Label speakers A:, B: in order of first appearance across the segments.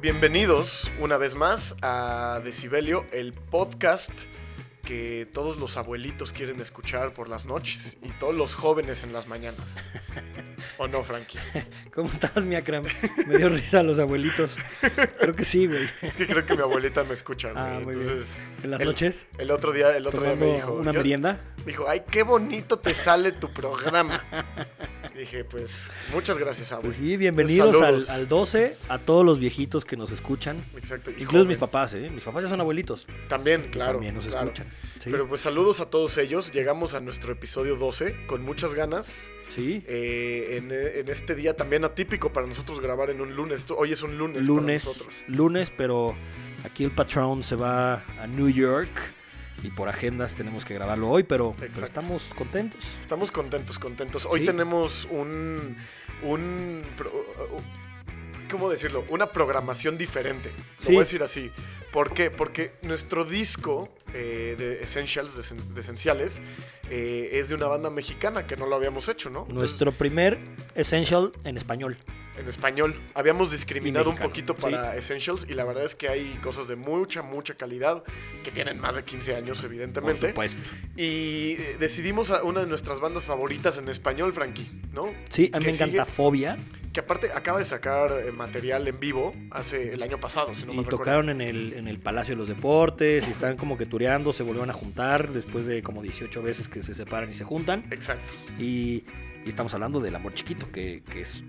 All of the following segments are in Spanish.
A: Bienvenidos una vez más a Decibelio, el podcast que todos los abuelitos quieren escuchar por las noches y todos los jóvenes en las mañanas. ¿O no, Frankie?
B: ¿Cómo estás, mi Akram? Me dio risa a los abuelitos. Creo que sí, güey.
A: Es que creo que mi abuelita me escucha. güey.
B: Ah, muy bien.
A: Entonces,
B: En las
A: el-
B: noches,
A: el otro día, el otro día
B: tomando
A: me dijo,
B: una
A: yo-
B: merienda.
A: me dijo, ay, qué bonito te sale tu programa. Y dije, pues, muchas gracias, abuelo.
B: Pues sí, bienvenidos
A: saludos.
B: al, al 12, a todos los viejitos que nos escuchan.
A: Exacto. y
B: Incluso
A: joven.
B: mis papás, ¿eh? Mis papás ya son abuelitos.
A: También,
B: que
A: claro.
B: También nos
A: claro.
B: escuchan. Sí,
A: Pero pues saludos a todos ellos. Llegamos a nuestro episodio 12 con muchas ganas.
B: sí.
A: Eh, en, en este día también atípico para nosotros grabar en un lunes. Tú- Hoy es un lunes. para
B: lunes,
A: nosotros.
B: lunes, pero aquí el patrón se va a New York y por agendas tenemos que grabarlo hoy, pero, pero
A: Exacto.
B: estamos contentos.
A: Estamos contentos, contentos. Hoy
B: Sí.
A: tenemos un... un pro- uh, ¿Cómo decirlo? Una programación diferente. Lo
B: Sí.
A: voy a decir así. ¿Por qué? Porque nuestro disco eh, de Essentials, de, Esen- de Esenciales, eh, es de una banda mexicana que no lo habíamos hecho, ¿no? Entonces,
B: Nuestro primer Essential en español.
A: en español. Habíamos discriminado
B: Y
A: un
B: mexicano,
A: poquito
B: sí.
A: para Essentials y la verdad es que hay cosas de mucha, mucha calidad que tienen más de 15 años,
B: Por
A: evidentemente.
B: supuesto.
A: Y eh, decidimos a una de nuestras bandas favoritas en español, Frankie, ¿no?
B: Sí, a mí
A: ¿Qué
B: me
A: sigue?
B: encanta Fobia.
A: Que aparte acaba de sacar eh, material en vivo hace el año pasado, si no me
B: y tocaron en el, en el Palacio de los Deportes y están como que tureando, se volvieron a juntar después de como 18 veces que se separan y se juntan.
A: Exacto.
B: Y, y estamos hablando del amor chiquito, que, que es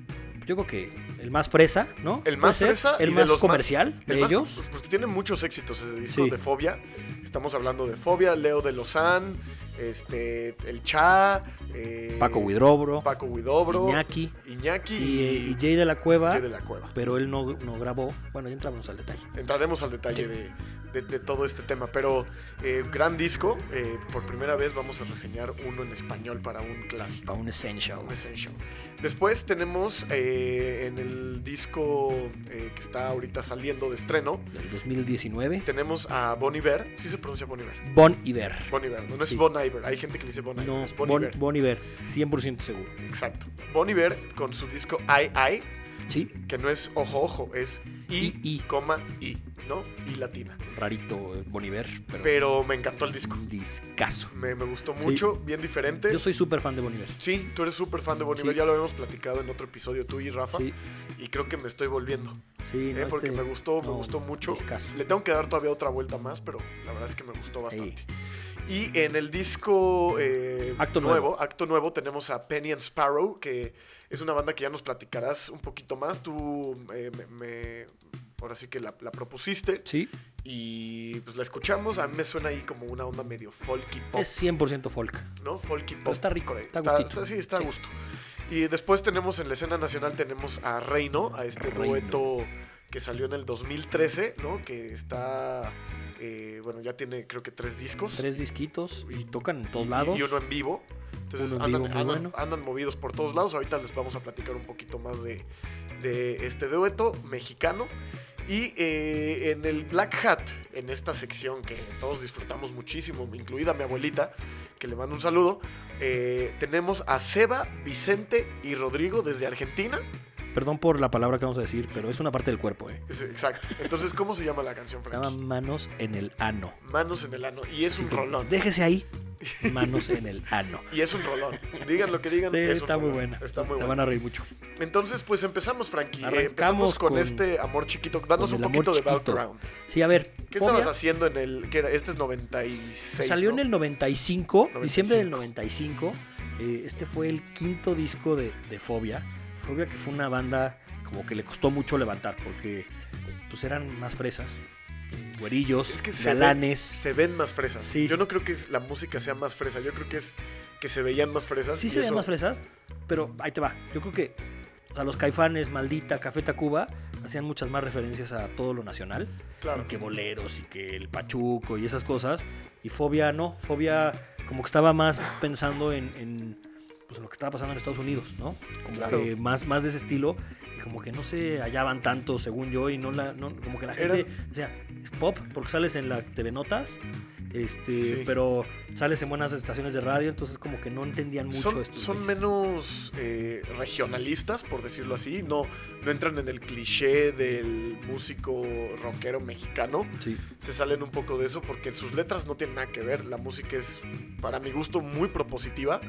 B: yo creo que el más fresa, ¿no?
A: El más
B: ¿Puede ser?
A: fresa
B: el
A: y de
B: más
A: los más-
B: comercial de
A: Además,
B: ellos.
A: Pues, tiene muchos éxitos ese disco
B: Sí.
A: de Fobia. Estamos hablando de Fobia, Leo de Lozán, este, El Cha, eh,
B: Paco Huidrobro,
A: Paco Huidobro,
B: Iñaki
A: Iñaki
B: y, eh, y Jay de la Cueva,
A: Jay de la Cueva.
B: pero él no, no grabó. Bueno, ya entramos al detalle.
A: Entraremos al detalle
B: Sí.
A: de, de- de todo este tema, pero eh, gran disco. eh, por primera vez vamos a reseñar uno en español para un clásico.
B: A un Essential.
A: un Essential. Después tenemos eh, en el disco eh, que está ahorita saliendo de estreno,
B: Del 2019.
A: tenemos a Bon Iver. ¿Sí se pronuncia Bon Iver?
B: Bon Iver.
A: Bon Iver, no, no es
B: Sí.
A: Bon Iver. Hay gente que le dice Bon Iver.
B: No,
A: es Bon,
B: Bon,
A: Iver.
B: Bon Iver, 100% seguro.
A: Exacto. Bon Iver con su disco I I,
B: Sí,
A: que no es ojo ojo, es I,
B: I, I.
A: coma I, ¿no? I latina.
B: rarito eh, Bon Iver, pero...
A: Pero me encantó el disco.
B: un discazo.
A: Me, me gustó
B: Sí.
A: mucho, bien diferente.
B: Yo soy súper fan de Bon Iver.
A: Sí, tú eres súper fan de Bon Iver,
B: Sí.
A: ya lo habíamos platicado en otro episodio tú y Rafa,
B: Sí,
A: y creo que me estoy volviendo,
B: sí,
A: Ah. ¿eh?
B: no,
A: porque
B: este-
A: me gustó, me
B: no,
A: gustó mucho.
B: discazo.
A: Le tengo que dar todavía otra vuelta más, pero la verdad es que me gustó bastante. Y en el disco eh,
B: Acto Nuevo.
A: Acto Nuevo, tenemos a Penny and Sparrow, que es una banda que ya nos platicarás un poquito más. Tú eh, me, me- ahora sí que la, la propusiste
B: Sí,
A: y pues la escuchamos. A mí me suena ahí como una onda medio folky pop.
B: es 100% folk.
A: ¿no? Folky pop.
B: Pero está rico, eh,
A: por ahí.
B: está a gustito.
A: sí, está a
B: Sí.
A: gusto. Y después tenemos en la escena nacional tenemos a Reino, a este
B: Reino.
A: dueto que salió en el 2013, ¿no? Que está, eh, bueno, ya tiene creo que tres discos.
B: Tres disquitos y tocan en
A: y-
B: todos lados.
A: Y uno en vivo. Entonces
B: Uno en
A: andan,
B: vivo muy
A: andan-
B: bueno.
A: andan movidos por todos lados. Ahorita les vamos a platicar un poquito más de, de este dueto mexicano. Y eh, en el Black Hat, en esta sección que todos disfrutamos muchísimo, incluida mi abuelita, que le mando un saludo, eh, tenemos a Seba, Vicente y Rodrigo desde Argentina.
B: Perdón por la palabra que vamos a decir, pero es una parte del cuerpo, eh.
A: Es- Exacto. Entonces, ¿cómo se llama la canción,
B: Se llama
A: Frankie?
B: Manos en el Ano.
A: Manos en el ano. Y es un
B: Sí,
A: rolón.
B: Déjese ahí. Manos en el Ano.
A: Y es un rolón. Digan lo que digan.
B: Sí,
A: es un
B: está muy
A: rolón.
B: buena.
A: Está muy
B: Se
A: buena.
B: van a reír mucho.
A: Entonces, pues empezamos, Frankie. Eh,
B: Arrancamos
A: empezamos con,
B: con-
A: este amor chiquito. Danos
B: con
A: un
B: el
A: poquito de
B: amor chiquito.
A: background.
B: Sí, a ver.
A: ¿Qué
B: Fobia
A: estabas haciendo en el. que era? Este es 96.
B: salió
A: ¿no?
B: en el 95,
A: 95.
B: diciembre del 95. Eh, este fue el quinto disco de, de Fobia. Fobia que fue una banda como que le costó mucho levantar porque pues eran más fresas, eh, güerillos,
A: Es que se
B: galanes.
A: Se ven más fresas.
B: Sí.
A: Yo no creo que es- la música sea más fresa. Yo creo que es que se veían más fresas.
B: Sí
A: y
B: se veían
A: eso-
B: más fresas, pero ahí te va. Yo creo que o sea, los caifanes, Maldita, Café Tacuba hacían muchas más referencias a todo lo nacional.
A: Claro.
B: y que boleros y que el pachuco y esas cosas. Y fobia no, fobia como que estaba más pensando en, en, pues, en lo que estaba pasando en Estados Unidos, ¿no? Como
A: Claro.
B: que más, más de ese estilo y como que no se hallaban tanto, según yo, y no la, no- como que la
A: Era-
B: gente, o sea, es pop porque sales en la TV Notas Este,
A: Sí.
B: pero sales en buenas estaciones de radio, entonces como que no entendían mucho
A: son,
B: estos
A: son
B: güeyes.
A: menos eh, regionalistas, por decirlo así. No, no entran en el cliché del músico rockero mexicano.
B: Sí.
A: Se salen un poco de eso porque sus letras no tienen nada que ver. La música es, para mi gusto, muy propositiva.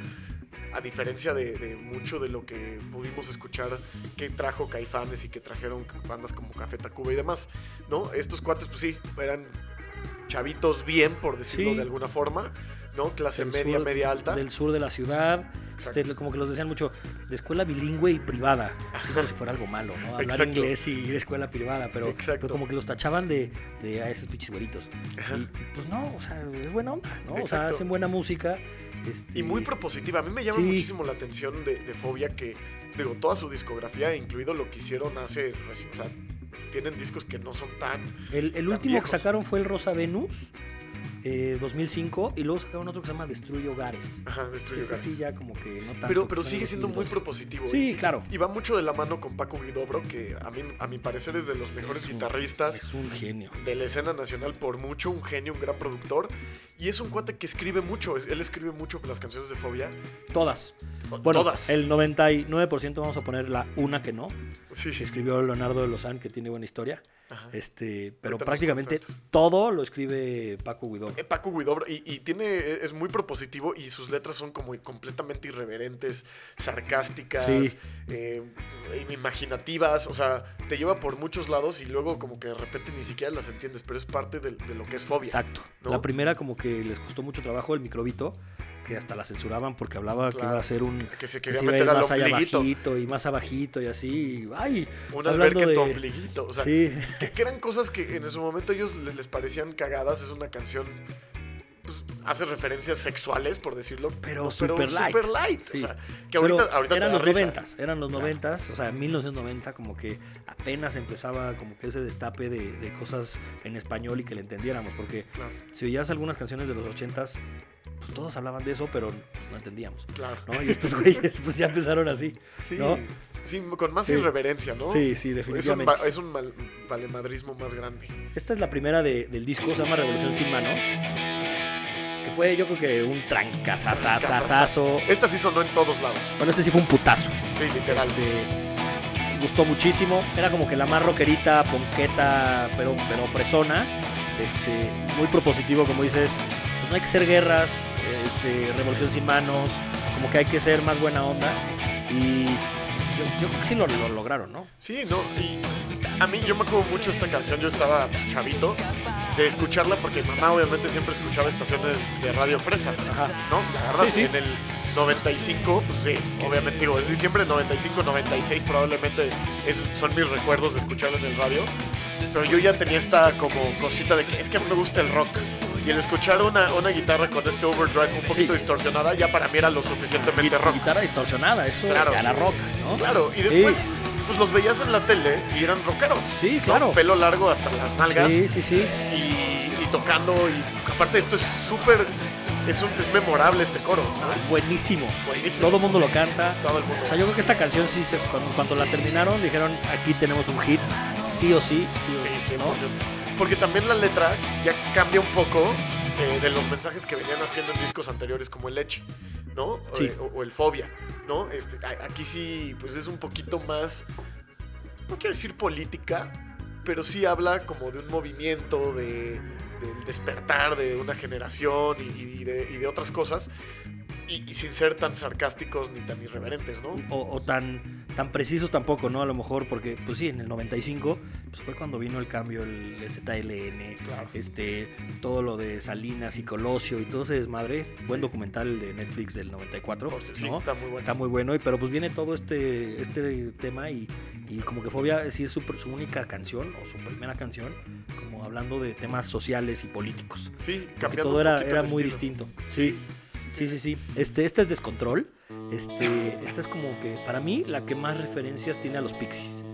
A: A diferencia de, de mucho de lo que pudimos escuchar que trajo Caifanes y que trajeron bandas como Café Tacuba y demás, ¿no? Estos cuates, pues sí, eran chavitos bien, por decirlo
B: Sí.
A: de alguna forma, ¿no? Clase
B: Del
A: media,
B: sur-
A: media alta.
B: Del sur de la ciudad,
A: Exacto.
B: este, como que los decían mucho, de escuela bilingüe y privada, así como si fuera algo malo, ¿no? Hablar
A: Exacto.
B: inglés y ir a escuela privada, pero,
A: Exacto.
B: pero como que los tachaban de, de a esos pinches güeritos.
A: Ajá.
B: Y, y pues no, o sea, es buena onda, ¿no? O sea,
A: Exacto.
B: hacen buena música. Este,
A: Y muy propositiva. A mí me llama
B: Sí.
A: muchísimo la atención de, de Fobia que, digo, toda su discografía, incluido lo que hicieron hace, reci- o sea, tienen discos que no son tan...
B: El, el
A: Tan
B: último
A: viejos.
B: que sacaron fue el Rosa Venus, eh, 2005, y luego sacaron otro que se llama Destruye Hogares.
A: Ajá, destruye
B: Ese sí
A: hogares.
B: ya como que no tanto.
A: Pero,
B: que
A: pero
B: fue en
A: sigue
B: el
A: siendo muy
B: 2012.
A: propositivo. ¿eh?
B: Sí, claro.
A: Y va mucho de la mano con Paco Guidobro, que a mí, a mi parecer es de los mejores
B: Es un-
A: guitarristas
B: Es un genio.
A: de la escena nacional por mucho, un genio, un gran productor. Y es un cuate que escribe mucho, es- él escribe mucho las canciones de Fobia.
B: Todas.
A: o-
B: Bueno,
A: todas.
B: el 99% vamos a poner la una que no,
A: Sí.
B: que escribió Leonardo de Lozán, que tiene buena historia.
A: Ajá.
B: Este,
A: Ahorita
B: pero
A: nos
B: prácticamente
A: cuentas.
B: todo lo escribe Paco Guidó.
A: Eh, Paco Guidobro, y, y tiene, e, es muy propositivo y sus letras son como completamente irreverentes, sarcásticas,
B: Sí.
A: eh, imaginativas, o sea, te lleva por muchos lados y luego como que de repente ni siquiera las entiendes, pero es parte de, de lo que es fobia.
B: Exacto.
A: ¿no?
B: La primera como que les costó mucho trabajo el microbito, que hasta la censuraban porque hablaba que
A: Claro.
B: iba a ser un
A: Que se
B: que
A: quería
B: se iba a ir
A: meter al
B: más allá
A: ombliguito,
B: abajito y más abajito y así. y, ay,
A: un
B: está hablando
A: albergue en tu
B: de-
A: ombliguito, o sea,
B: sí.
A: que, que eran cosas que en su momento ellos le- les, parecían cagadas, es una canción... pues, Hace referencias sexuales, por decirlo.
B: Pero super light.
A: super light,
B: Sí.
A: O sea, que ahorita,
B: Pero
A: ahorita te
B: eran
A: da
B: los
A: risa.
B: noventas, eran los
A: Claro.
B: noventas, o sea, 1990 como que apenas empezaba como que ese destape de, de cosas en español y que le entendiéramos, porque
A: Claro,
B: si oías algunas canciones de los ochentas, pues todos hablaban de eso, pero pues, no entendíamos,
A: claro.
B: ¿no? Y estos güeyes pues ya empezaron así.
A: Sí,
B: ¿no?
A: sí, con más
B: Sí.
A: irreverencia, ¿no?
B: Sí, sí,
A: Es un,
B: definitivamente.
A: va- eh. es un mal- valemadrismo más grande.
B: Esta es la primera de- del disco, se llama Revolución sin manos, que fue yo creo que un trancazazazazazo.
A: Esta sí sonó en todos lados.
B: Bueno, este sí fue un putazo.
A: Sí, literal.
B: Este, gustó muchísimo. Era como que la más rockerita, ponqueta, pero, pero fresona. Este, muy propositivo, como dices. pues no hay que ser guerras, este, revolución sin manos. Como que hay que ser más buena onda. Y yo, yo creo que sí lo, lo lograron, ¿no?
A: Sí, no. Y a mí yo me acuerdo mucho de esta canción. Yo estaba chavito de escucharla porque mi mamá obviamente siempre escuchaba estaciones de radio presa. ¿No? La verdad,
B: Sí, sí.
A: en el 95, pues sí, obviamente digo, es diciembre 95, 96 probablemente es- son mis recuerdos de escucharla en el radio. Pero yo ya tenía esta como cosita de que es que a mí me gusta el rock. Y el escuchar una, una guitarra con este overdrive un poquito
B: Sí.
A: distorsionada ya para mí era lo suficientemente rock.
B: Guitarra distorsionada, eso
A: Claro.
B: a la rock, ¿no?
A: Claro, y
B: Sí.
A: después pues los veías en la tele y eran rockeros.
B: Sí,
A: ¿no?
B: claro.
A: Pelo largo hasta las nalgas
B: Sí, sí, sí.
A: y, y tocando y aparte esto es súper es, un- es memorable este coro, ¿no?
B: Buenísimo.
A: Buenísimo.
B: Todo el mundo lo canta.
A: Todo el mundo.
B: O sea, yo creo que esta canción sí, se, cuando, cuando la terminaron, dijeron, aquí tenemos un hit, sí o sí, sí o
A: Sí,
B: sí,
A: 100%.
B: ¿no?
A: Porque también la letra ya cambia un poco eh, de los mensajes que venían haciendo en discos anteriores como el Leche, ¿no? O-
B: Sí.
A: O, o el Fobia, ¿no? Este, a- aquí sí, pues es un poquito más, no quiero decir política, pero sí habla como de un movimiento, de, del despertar de una generación y, y de, y de otras cosas, y, y sin ser tan sarcásticos ni tan irreverentes, ¿no?
B: O, o tan, tan precisos tampoco, ¿no? A lo mejor, porque, pues sí, en el 95 pues fue cuando vino el cambio, el ZLN,
A: Claro.
B: este, todo lo de Salinas y Colosio y todo ese desmadre. Buen documental de Netflix del 94,
A: Por si- sí,
B: ¿no?
A: está muy bueno.
B: Está muy bueno, y- pero pues viene todo este, este tema y, y como que Fobia sí es su, su única canción o su primera canción, como hablando de temas sociales y políticos.
A: Sí,
B: Porque
A: cambiando
B: todo
A: un
B: era,
A: poquito
B: era
A: el
B: muy
A: estilo.
B: distinto. Sí. Sí, sí, sí. Este, esta es Descontrol. Este, esta es como que, para mí, la que más referencias tiene a los Pixies.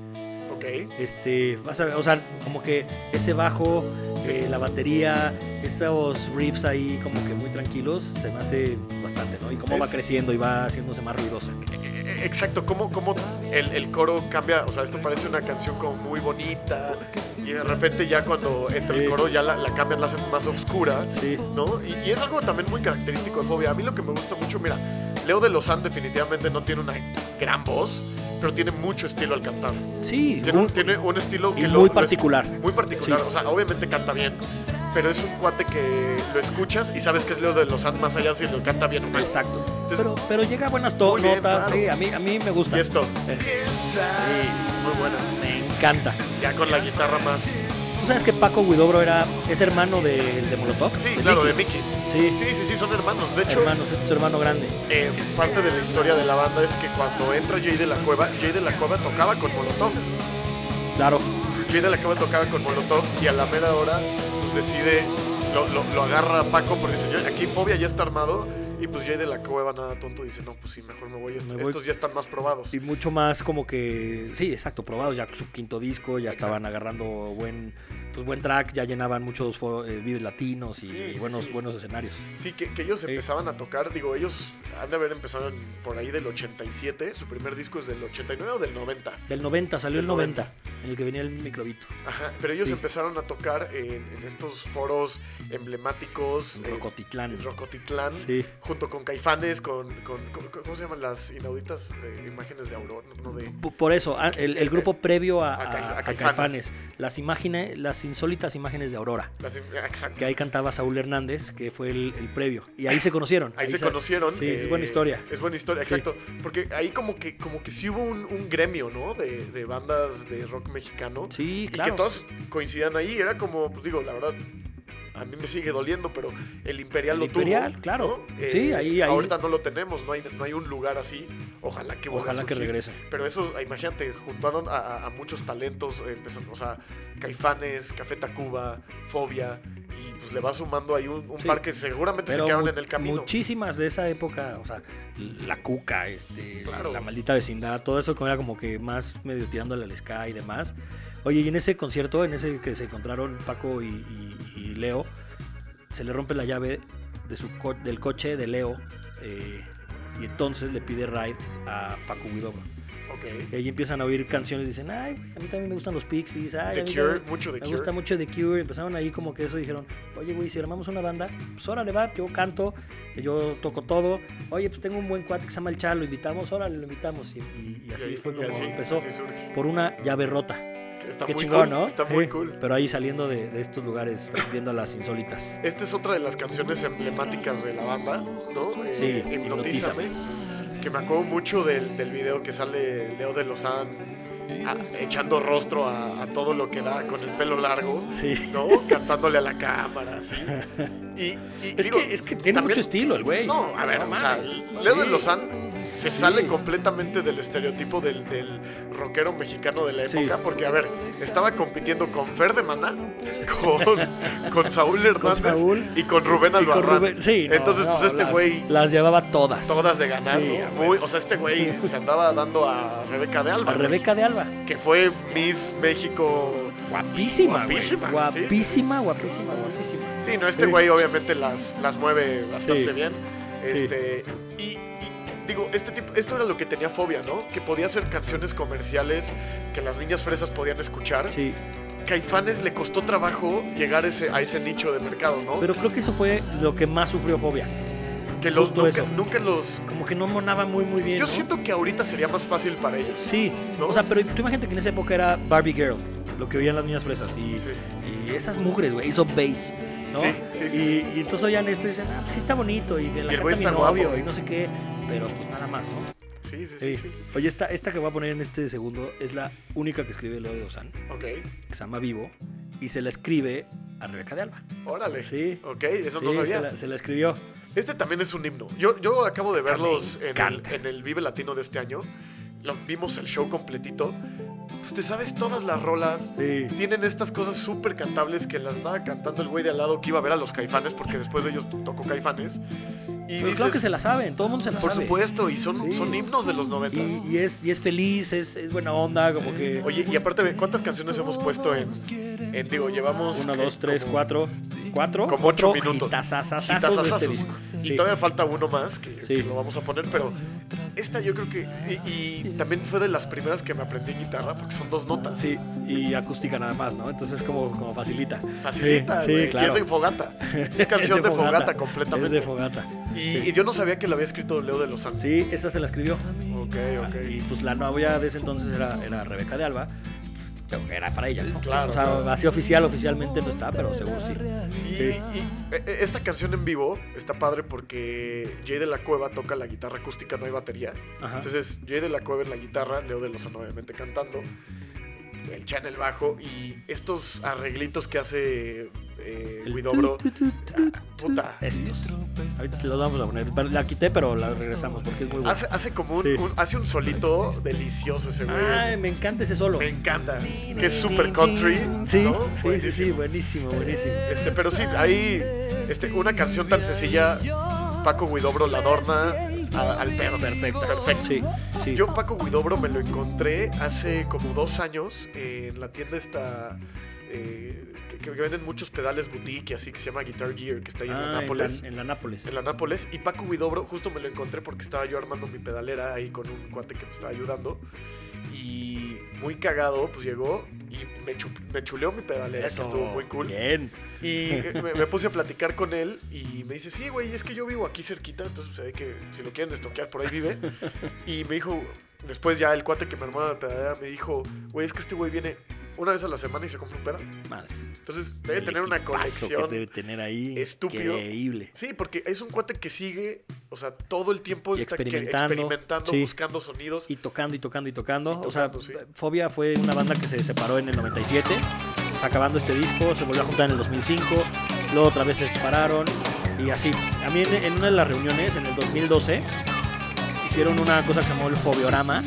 A: Ok.
B: Este, vas a, o sea, como que ese bajo,
A: Sí.
B: eh, la batería, esos riffs ahí como que muy tranquilos se me hace bastante, ¿no? Y cómo va
A: Es-
B: creciendo y va haciéndose más ruidosa.
A: Eh, Exacto, cómo, cómo el, el coro cambia, o sea, esto parece una canción como muy bonita y de repente ya cuando entra
B: Sí.
A: el coro ya la, la cambian, la hacen más oscura,
B: Sí.
A: ¿no? Y, y es algo también muy característico de Fobia. A mí lo que me gusta mucho, mira, Leo de Lozán definitivamente no tiene una gran voz, pero tiene mucho estilo al cantar.
B: Sí,
A: Tiene, un-
B: un-
A: tiene un estilo que
B: y
A: lo-
B: muy
A: lo es-
B: particular.
A: muy particular,
B: Sí.
A: o sea, obviamente canta bien, pero es un cuate que lo escuchas y sabes que es Leo de Lozán más allá si lo canta bien o no.
B: Exacto.
A: Pues, Entonces-
B: Pero, pero llega a buenas to-
A: Muy bien,
B: notas.
A: claro.
B: Sí, a mí, a mí me gusta.
A: Y esto.
B: Eh.
A: Sí, muy buena.
B: Me encanta.
A: Ya con la guitarra más.
B: ¿Tú sabes que Paco Guidobro era, es hermano de, de Molotov?
A: Pues Sí,
B: De
A: claro, de
B: Nicky.
A: Mickey.
B: Sí,
A: Sí, sí, sí, son hermanos. De hecho,
B: hermanos, este es su hermano grande.
A: eh, parte de la historia de la banda es que cuando entra Jay de la Cueva, Jay de la Cueva tocaba con Molotov.
B: Claro.
A: Jay de la Cueva tocaba con Molotov y a la mera hora pues decide, lo, lo- lo agarra Paco porque dice, "Yo- aquí Fobia ya está armado. Y pues Jay de la Cueva, nada tonto, dice, no, pues sí, mejor me voy. Est-
B: Me voy.
A: Estos ya están más probados.
B: Y mucho más como que, sí, exacto, probados ya su quinto disco, ya estaban agarrando buen pues buen track, ya llenaban muchos fo- eh, vives latinos y,
A: Sí,
B: y
A: sí,
B: buenos
A: sí.
B: buenos escenarios.
A: Sí, que, que ellos
B: Sí.
A: empezaban a tocar, digo, ellos han de haber empezado en- por ahí del 87, su primer disco es del 89 o del 90.
B: Del 90 salió
A: Del
B: el 90, en el que venía el microbito.
A: Ajá, pero ellos
B: Sí.
A: empezaron a tocar en, en estos foros emblemáticos.
B: en
A: eh,
B: Rocotitlán.
A: en Rocotitlán.
B: Sí.
A: Junto con Caifanes, con, con- con- con- ¿Cómo se llaman las inauditas eh, imágenes de Aurora? No, de.
B: P- Por eso, ah, el, el grupo previo a,
A: A Caif-
B: a-
A: a
B: a
A: Caifanes.
B: Caifanes, las imágenes, las insólitas imágenes de Aurora,
A: las im- ah, exacto.
B: que ahí cantaba Saúl Hernández, que fue el, el previo. Y ahí se conocieron.
A: Ahí, se conocieron. eh,
B: sí, es buena historia.
A: Es buena historia,
B: Sí.
A: exacto. Porque ahí como que, como que sí hubo un, un gremio, ¿no? De, de bandas de rock mexicano.
B: Sí,
A: Y
B: claro.
A: que todas coincidían ahí. Era como, pues digo, la verdad, a mí me sigue doliendo, pero el Imperial
B: El
A: lo
B: Imperial,
A: tuvo.
B: claro.
A: ¿no? Eh,
B: Sí, ahí- ahí-
A: Ahorita no lo tenemos, no hay, no hay un lugar así. Ojalá que vuelva a
B: Ojalá que
A: surgir.
B: regrese.
A: Pero eso, ah, imagínate, juntaron a, a- a muchos talentos, eh, empezaron, o sea, Caifanes, Café Tacuba, Fobia, y pues le va sumando ahí un, un
B: Sí.
A: par que seguramente
B: Pero
A: se quedaron
B: mu-
A: en el camino.
B: muchísimas de esa época, o sea, La Cuca, este,
A: Claro.
B: La Maldita Vecindad, todo eso que era como que más medio tirándole al ska y demás. Oye, y en ese concierto, en ese que se encontraron Paco y, y- y Leo, se le rompe la llave de su co- del coche de Leo eh, y entonces le pide ride a Paco Guidobro.
A: Ok.
B: Y ahí empiezan a oír canciones, dicen, ay, güey, a mí también me gustan los Pixies, ay, a
A: The
B: mí
A: Cure,
B: también-
A: mucho The
B: me
A: Cure.
B: gusta mucho The Cure, empezaron ahí como que eso dijeron, oye güey, si armamos una banda, pues órale va, yo canto, yo toco todo, oye pues tengo un buen cuate que se llama El Chalo, lo invitamos, órale, lo invitamos, y, y- y así
A: ahí-
B: fue como
A: así-
B: empezó,
A: así surge.
B: por una llave rota,
A: Está
B: qué
A: muy cool,
B: chingón, ¿no?
A: Está muy
B: Sí,
A: cool.
B: Pero ahí saliendo de, de estos lugares, viendo a las insólitas.
A: Esta es otra de las canciones emblemáticas de la banda, ¿no?
B: Sí,
A: Eh,
B: Hipnotízame.
A: Que me acuerdo mucho del, del video que sale Leo de Lozán a- echando rostro a, a todo lo que da con el pelo largo,
B: Sí.
A: ¿no? Cantándole a la cámara, así. Y, y
B: Es,
A: digo,
B: que, es que tiene
A: también-
B: mucho estilo el güey.
A: No, a ver, o sea, Leo de Lozán se sale completamente del estereotipo del, del rockero mexicano de la
B: Sí.
A: época, porque, a ver, estaba compitiendo con Fer de Maná, con, con Saúl Hernández
B: Saúl.
A: y con Rubén
B: Y con
A: Albarrán.
B: Rubén- sí, no,
A: Entonces,
B: no,
A: pues este
B: las-
A: güey,
B: Las llevaba todas.
A: todas de ganar,
B: Sí,
A: ¿no?
B: a
A: Muy- o sea, este güey se andaba dando a Rebeca de Alba,
B: A Rebeca de Alba.
A: que fue Miss México.
B: Guapísima, güey.
A: Guapísima,
B: Guapísima,
A: sí.
B: guapísima, guapísima,
A: Sí, no, este
B: Sí.
A: güey obviamente las, las mueve bastante
B: Sí.
A: bien.
B: Sí.
A: Este, y, y digo, este tipo, esto era lo que tenía fobia, ¿no? Que podía hacer canciones comerciales que las niñas fresas podían escuchar.
B: Sí,
A: Caifanes le costó trabajo llegar ese, a ese nicho de mercado, ¿no?
B: pero creo que eso fue lo que más sufrió Fobia.
A: que los
B: justo
A: nunca,
B: eso.
A: nunca los.
B: Como que no monaba muy, muy bien.
A: Yo
B: ¿no?
A: siento que ahorita sería más fácil para ellos.
B: Sí,
A: ¿No?
B: o sea, pero tú imagínate que en esa época era Barbie Girl, lo que oían las niñas fresas. Y,
A: Sí.
B: y esas mugres, güey, hizo bass, ¿no?
A: Sí, sí, sí,
B: y,
A: sí.
B: y entonces oían esto y dicen, ah, pues sí está bonito, y de la
A: Y el güey
B: canta mi
A: está guapo.
B: novio, y no sé qué, pero pues nada más, ¿no?
A: Sí, sí, sí. sí.
B: Oye, esta, esta que voy a poner en este segundo es la única que escribe Leo de Ozan,
A: Ok.
B: que se llama Vivo, y se la escribe a Rebeca de Alba.
A: Órale.
B: Sí.
A: Ok, eso no
B: Sí,
A: sabía.
B: se la- se la escribió.
A: Este también es un himno. Yo, yo acabo de
B: Esta
A: verlos
B: me
A: en el,
B: encanta.
A: en el Vive Latino de este año. Lo- vimos el show completito. Usted sabes todas las rolas.
B: Sí.
A: Tienen estas cosas súper cantables que las estaba cantando el güey de al lado que iba a ver a los caifanes, porque después de ellos tocó caifanes. Y
B: Pero
A: dices,
B: claro que se la saben, todo el mundo se la
A: por
B: sabe.
A: supuesto, y son,
B: Sí.
A: son himnos de los noventas.
B: Y, y es, y es feliz, es, es buena onda, como que.
A: Oye, y aparte, ¿cuántas canciones hemos puesto en, Eh, digo, llevamos. eh,
B: 1, 2, 3,
A: como-
B: 4. 4.
A: Como ocho minutos.
B: Hitasasasazos de este
A: Hitazazazos.
B: disco.
A: Y
B: Sí.
A: todavía falta uno más que,
B: Sí.
A: que lo vamos a poner, pero esta yo creo que. Y, y también fue de las primeras que me aprendí guitarra, porque son dos notas.
B: Sí, y acústica nada más, ¿no? Entonces como, como facilita.
A: Facilita,
B: Sí, sí,
A: güey,
B: claro.
A: Y es de fogata. Es canción de, fogata, completamente.
B: Es de fogata.
A: y, y yo no sabía que la había escrito Leo de los Santos.
B: Sí, esa se la escribió.
A: Ok, ok.
B: Y pues la novia de ese entonces era, era Rebeca de Alba. Pues, Era para ella. ¿no?
A: Claro,
B: O sea,
A: claro.
B: así oficial, oficialmente no está, pero seguro sí.
A: Sí, y eh, eh, esta canción en vivo está padre porque Jay de la Cueva toca la guitarra acústica, no hay batería.
B: Ajá.
A: Entonces, Jay de la Cueva en la guitarra, Leo de Lozano obviamente cantando, el Chan el bajo y estos arreglitos que hace eh,
B: El
A: Guidobro.
B: tu, tu, tu, tu,
A: Ah, puta.
B: Estos. Ahorita se los vamos a poner. Pero La quité, pero la regresamos porque es muy buena.
A: Hace, hace como un,
B: Sí.
A: un- hace un solito delicioso ese güey.
B: Ay, me encanta ese solo.
A: Me encanta. Que es super country.
B: Sí,
A: ¿no?
B: sí, sí, sí,
A: Buenísimo.
B: buenísimo, buenísimo.
A: Este, pero sí, hay este, una canción tan sencilla. Paco Guidobro la adorna a- al perro.
B: Perfecto.
A: Perfecto.
B: Sí, sí.
A: Yo Paco Guidobro me lo encontré hace como dos años en la tienda esta eh, que, que venden muchos pedales boutique y así que se llama Guitar Gear que está ahí en
B: Ah, en, la,
A: Nápoles.
B: en la Nápoles.
A: En la Nápoles. Y Paco Guidobro, justo me lo encontré porque estaba yo armando mi pedalera ahí con un cuate que me estaba ayudando. Y muy cagado, pues llegó y me, chu- me chuleó mi pedalera,
B: Eso,
A: que estuvo muy cool.
B: Bien.
A: Y eh, me, me puse a platicar con él y me dice, sí, güey, es que yo vivo aquí cerquita, entonces se ve que si lo quieren estoquear, por ahí vive. Y me dijo, después ya el cuate que me armó la pedalera me dijo, güey, es que este güey viene una vez a la semana y se compra un pedal.
B: Madre.
A: Entonces debe tener una
B: conexión
A: colección.
B: debe tener ahí.
A: estúpido.
B: Increíble.
A: Sí, porque es un cuate que sigue, o sea, todo el tiempo
B: Y
A: está que-
B: experimentando,
A: experimentando,
B: sí.
A: buscando sonidos.
B: Y tocando y tocando y tocando.
A: Y
B: o sea,
A: tocando, sí.
B: Fobia fue una banda que se separó en el 97. pues, acabando este disco, se volvió a juntar en el 2005. Luego otra vez se separaron. Y así. A mí en, en una de las reuniones, en el 2012, hicieron una cosa que se llamó el Fobiorama.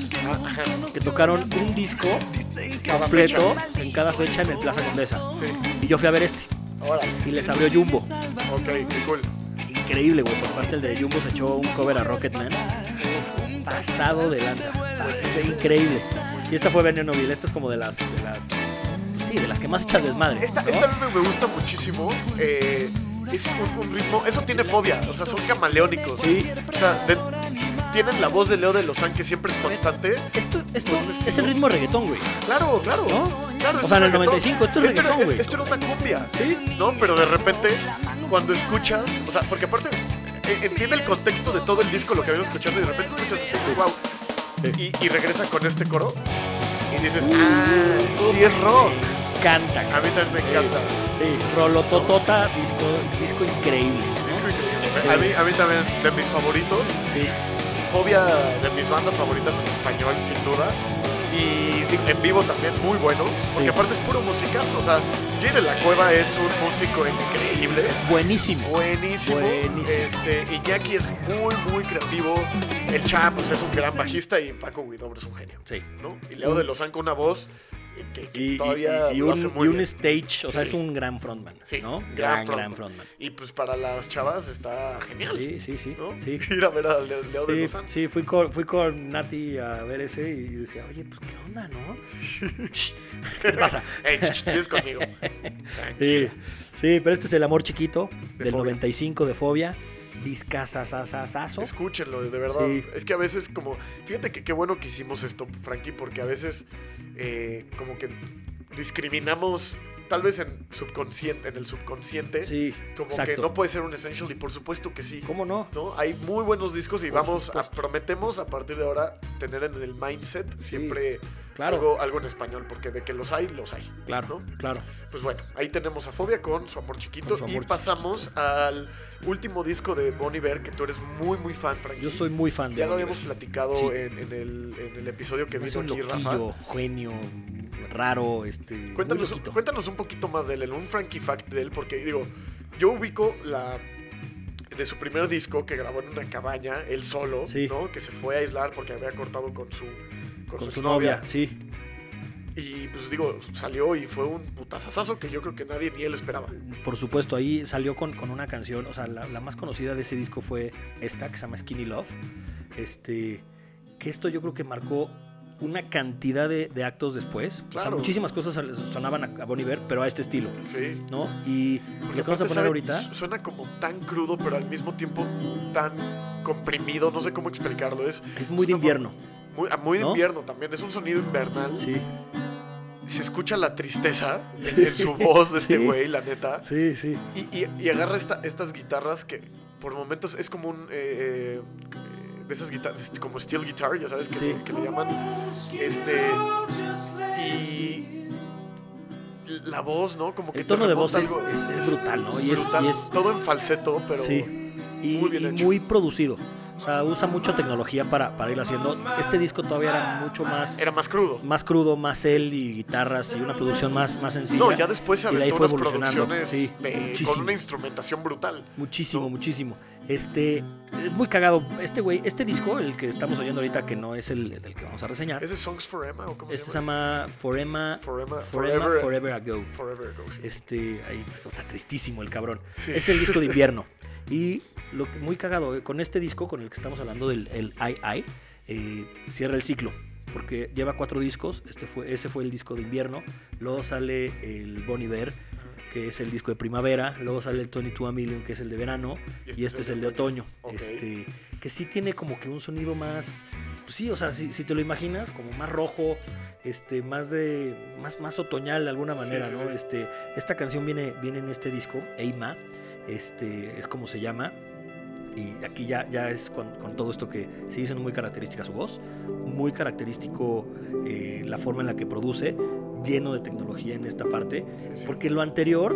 B: Que tocaron un disco completo en cada fecha en el Plaza Condesa.
A: Sí.
B: Y yo fui a ver este.
A: Ahora,
B: Y les abrió Jumbo.
A: ok, qué cool.
B: Increíble, güey. Por parte el de Jumbo se echó un cover a Rocketman. Pasado de lanza. Fue increíble. Y esta fue Veneno Novil. Esta es como de las. De las pues sí, de las que más echas desmadre.
A: Esta,
B: ¿no?
A: esta a mí me gusta muchísimo. eh, es un, un ritmo, eso tiene fobia, o sea, son camaleónicos.
B: Sí.
A: O sea, de- tienen la voz de Leo de Lozán que siempre es constante.
B: Esto, esto es el ritmo de reggaetón, güey.
A: Claro, claro.
B: ¿No?
A: claro
B: O
A: es
B: sea, en
A: un
B: el
A: reggaetón.
B: 95, esto es
A: Esto era-
B: reggaetón, güey.
A: Esto era una cumbia.
B: Sí.
A: No, pero de repente, cuando escuchas, o sea, porque aparte eh, entiende el contexto de todo el disco, lo que habíamos escuchado, y de repente escuchas, wow. Y, y regresa con este coro y dices, ah, sí es rock.
B: Uh, Canta,
A: A mí también me encanta.
B: Sí, Rolo Totota, disco, disco increíble.
A: Disco increíble. A mí, a mí también, de mis favoritos.
B: Sí.
A: Fobia de mis bandas favoritas en español, sin duda. Y digo, en vivo también muy buenos. Porque
B: Sí.
A: aparte es puro musicazo. O sea, Jay de la Cueva es un músico increíble.
B: Buenísimo.
A: Buenísimo.
B: Buenísimo.
A: Este, Iñaki es muy, muy creativo. El Chap pues, es un gran bajista y Paco Guidobre es un genio.
B: Sí.
A: ¿no? Y Leo de Lozán con una voz que, que
B: Mm. Y, y-
A: todavía
B: y
A: lo
B: un,
A: hace
B: y
A: muy
B: un
A: bien.
B: stage, o sea,
A: Sí.
B: es un gran frontman.
A: Sí,
B: ¿no?
A: gran
B: Gran, gran
A: frontman.
B: frontman.
A: Y pues para las chavas está genial.
B: Sí, sí, sí.
A: ¿no?
B: sí.
A: Ir a ver a Leo, Leo de
B: Sí,
A: Lozán.
B: sí, fui con, fui con Nati a ver ese y decía, oye, pues qué onda, ¿no? Shh, ¿Qué te pasa?
A: Ey, ch, ch, vienes conmigo.
B: Sí, sí, pero este es el amor chiquito
A: De
B: del
A: Fobia.
B: 95 de Fobia. Discasasasasazo.
A: Escúchenlo, de verdad.
B: Sí.
A: Es que a veces como... Fíjate que qué bueno que hicimos esto, Frankie, porque a veces eh, como que discriminamos, tal vez en subconsciente, en el subconsciente,
B: Sí,
A: como que
B: exacto.
A: no puede ser un essential y por supuesto que sí.
B: ¿Cómo no?
A: ¿no? Hay muy buenos discos y
B: Por
A: vamos, a,
B: supuesto.
A: prometemos a partir de ahora tener en el mindset siempre
B: Claro,
A: algo, algo en español, porque de que los hay, los hay.
B: claro,
A: ¿no?
B: claro.
A: Pues bueno, ahí tenemos a Fobia con su amor chiquito
B: Con su
A: y
B: amor
A: pasamos al último disco de Bon Iver que tú eres muy muy fan, Frankie.
B: Yo soy muy fan de
A: ya lo
B: Bon
A: habíamos
B: Iver.
A: platicado
B: Sí.
A: en, en el, en el episodio que
B: Es
A: vino
B: un
A: aquí
B: loquillo,
A: Rafa.
B: genio, raro, este. muy
A: Cuéntanos,
B: loquito.
A: cuéntanos un poquito más de él, un Frankie fact de él, porque digo, yo ubico la de su primer disco que grabó en una cabaña, él solo,
B: Sí.
A: ¿no? Que se fue a aislar porque había cortado con su con,
B: Con
A: su,
B: su
A: novia.
B: novia, sí.
A: Y pues digo, salió y fue un putazazazo que yo creo que nadie ni él esperaba.
B: Por supuesto, ahí salió con, con una canción, o sea, la, la más conocida de ese disco fue esta, que se llama Skinny Love. Este, que esto yo creo que marcó una cantidad de, de actos después. O sea,
A: Claro.
B: muchísimas cosas sonaban a, a Bon Iver, pero a este estilo,
A: Sí.
B: ¿no? Y lo que vamos
A: aparte,
B: a poner
A: ¿sabe?
B: ahorita...
A: Su- Suena como tan crudo, pero al mismo tiempo tan comprimido. No sé cómo explicarlo. Es
B: Es muy de
A: una
B: invierno.
A: muy, ah, muy de
B: ¿No?
A: invierno también. Es un sonido invernal.
B: Sí,
A: Se escucha la tristeza en, en su voz de este
B: Sí.
A: güey, la neta.
B: sí, sí.
A: Y, y- y agarra esta- estas guitarras que por momentos es como un... eh, eh, de esas guitarras, como steel guitar, ya sabes, que,
B: Sí.
A: que le llaman. Este... Y... La voz, ¿no? Como que
B: El
A: te
B: tono de voz
A: remonta
B: es,
A: algo.
B: es- es brutal, ¿no? Y es,
A: brutal,
B: y es-
A: todo en falseto, pero...
B: sí. Y-
A: muy bien
B: y
A: hecho.
B: muy producido. O sea, usa mucha tecnología para, para ir haciendo. Este disco todavía era mucho más,
A: Era más crudo.
B: más crudo, más él y guitarras y una producción más, más sencilla.
A: No, ya después se
B: y de ahí
A: aventó
B: fue
A: unas
B: evolucionando,
A: producciones
B: sí,
A: de- con
B: muchísimo.
A: una instrumentación brutal.
B: Muchísimo,
A: No.
B: muchísimo. Este, es muy cagado. Este güey, este disco, el que estamos oyendo ahorita, que no es el del que vamos a reseñar,
A: ¿Ese es Songs for Emma o cómo
B: este se
A: se llama?
B: llama Forema,
A: Forever,
B: Forema
A: Forever-
B: Forever Ago.
A: Forever Ago, sí.
B: Este, ahí pues, está tristísimo el cabrón.
A: Sí.
B: Es el disco de invierno. Y lo que- muy cagado, eh, con este disco con el que estamos hablando del el II, eh, cierra el ciclo. Porque lleva cuatro discos. Este fue, ese fue el disco de invierno. Luego sale el Bon Iver, que es el disco de primavera. Luego sale el 22 A Million, que es el de verano. Y este, es el de otoño.
A: Ok.
B: Este, que sí tiene como que un sonido más. Pues sí, o sea, si, si te lo imaginas, como más rojo. Este, más de. más, más otoñal de alguna
A: Sí,
B: manera,
A: sí,
B: ¿no?
A: sí.
B: Este, esta canción viene, viene en este disco, Eima. Este, es como se llama. Y aquí ya, ya es con, con todo esto que sigue siendo muy característica su voz, muy característico eh, la forma en la que produce, lleno de tecnología en esta parte,
A: Sí, sí.
B: Eh, porque lo anterior,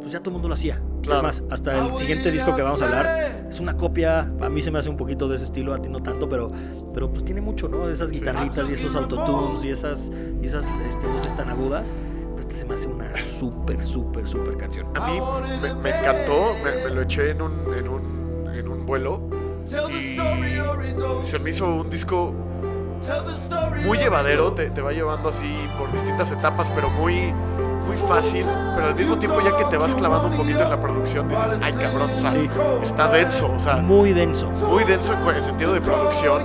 B: pues ya todo el mundo lo hacía.
A: Claro.
B: Es más, hasta el siguiente disco que vamos a hablar es una copia, a mí se me hace un poquito de ese estilo, a ti no tanto, pero, pero pues tiene mucho, ¿no? De esas
A: Sí.
B: guitarritas y esos autotunes y esas, y esas este, voces tan agudas. Pues esta se me hace una súper, súper, súper canción.
A: A mí me, me encantó, me, me lo eché en un, en un, en un vuelo y se me hizo un disco muy llevadero, te, te va llevando así por distintas etapas, pero muy, muy fácil, pero al mismo tiempo ya que te vas clavando un poquito en la producción, dices, ay cabrón, o sea,
B: Sí.
A: está denso, o sea,
B: Muy denso.
A: muy denso en cu- en el sentido de producción.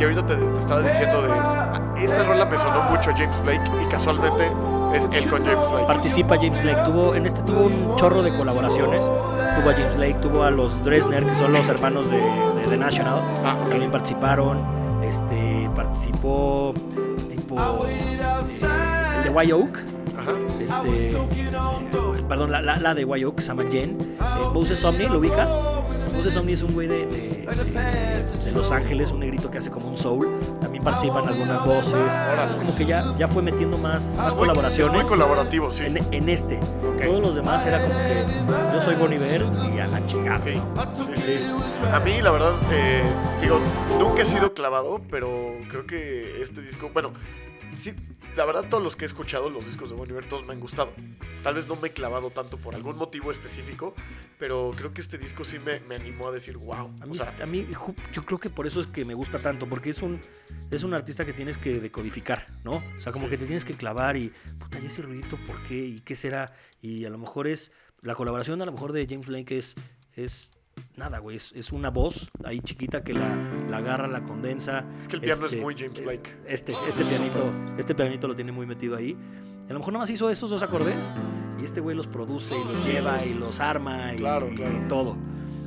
A: Y ahorita te, te estaba diciendo de, "Ah, esta rola me sonó mucho a James Blake y casualmente es él con James Blake.
B: Participa James Blake, tuvo, en este tuvo un chorro de colaboraciones. Tuvo a James Blake, tuvo a los Dresner, que son los hermanos de, de The National.
A: Ah, ok.
B: También participaron. Este, participó tipo eh, el de White Oak.
A: Ajá.
B: este, eh, perdón, la, la, la de Guayo, que se llama Jen. Eh, Moses Omni, ¿lo ubicas? Moses Omni es un güey de, de- de- de Los Ángeles, un negrito que hace como un soul. También participan algunas voces. Es como que ya, ya fue metiendo más, más
A: Muy-
B: colaboraciones
A: Ah, Muy colaborativo, sí.
B: en, en este.
A: Ok.
B: Todos los demás era como que yo soy Boniver y a la chingada.
A: Sí,
B: ¿no?
A: sí, sí. A mí, la verdad, eh, digo, nunca he sido clavado, pero creo que este disco, bueno, sí, la verdad, todos los que he escuchado, los discos de Bon Iver, todos me han gustado. Tal vez no me he clavado tanto por algún motivo específico, pero creo que este disco sí me, me animó a decir, wow.
B: A mí,
A: o sea,
B: a mí, ju- yo creo que por eso es que me gusta tanto, porque es un, es un artista que tienes que decodificar, ¿no? O sea, como
A: Sí.
B: que te tienes que clavar y, puta, ¿y ese ruidito por qué? ¿Y qué será? Y a lo mejor es, la colaboración a lo mejor de James Blake es, es nada, güey, es, es una voz ahí chiquita que la, la agarra, la condensa.
A: es que el piano
B: este,
A: es muy James Blake.
B: Este, este pianito, este pianito lo tiene muy metido ahí. A lo mejor nada más hizo esos dos acordes y este güey los produce y los lleva y los arma y,
A: Claro,
B: y
A: claro.
B: todo.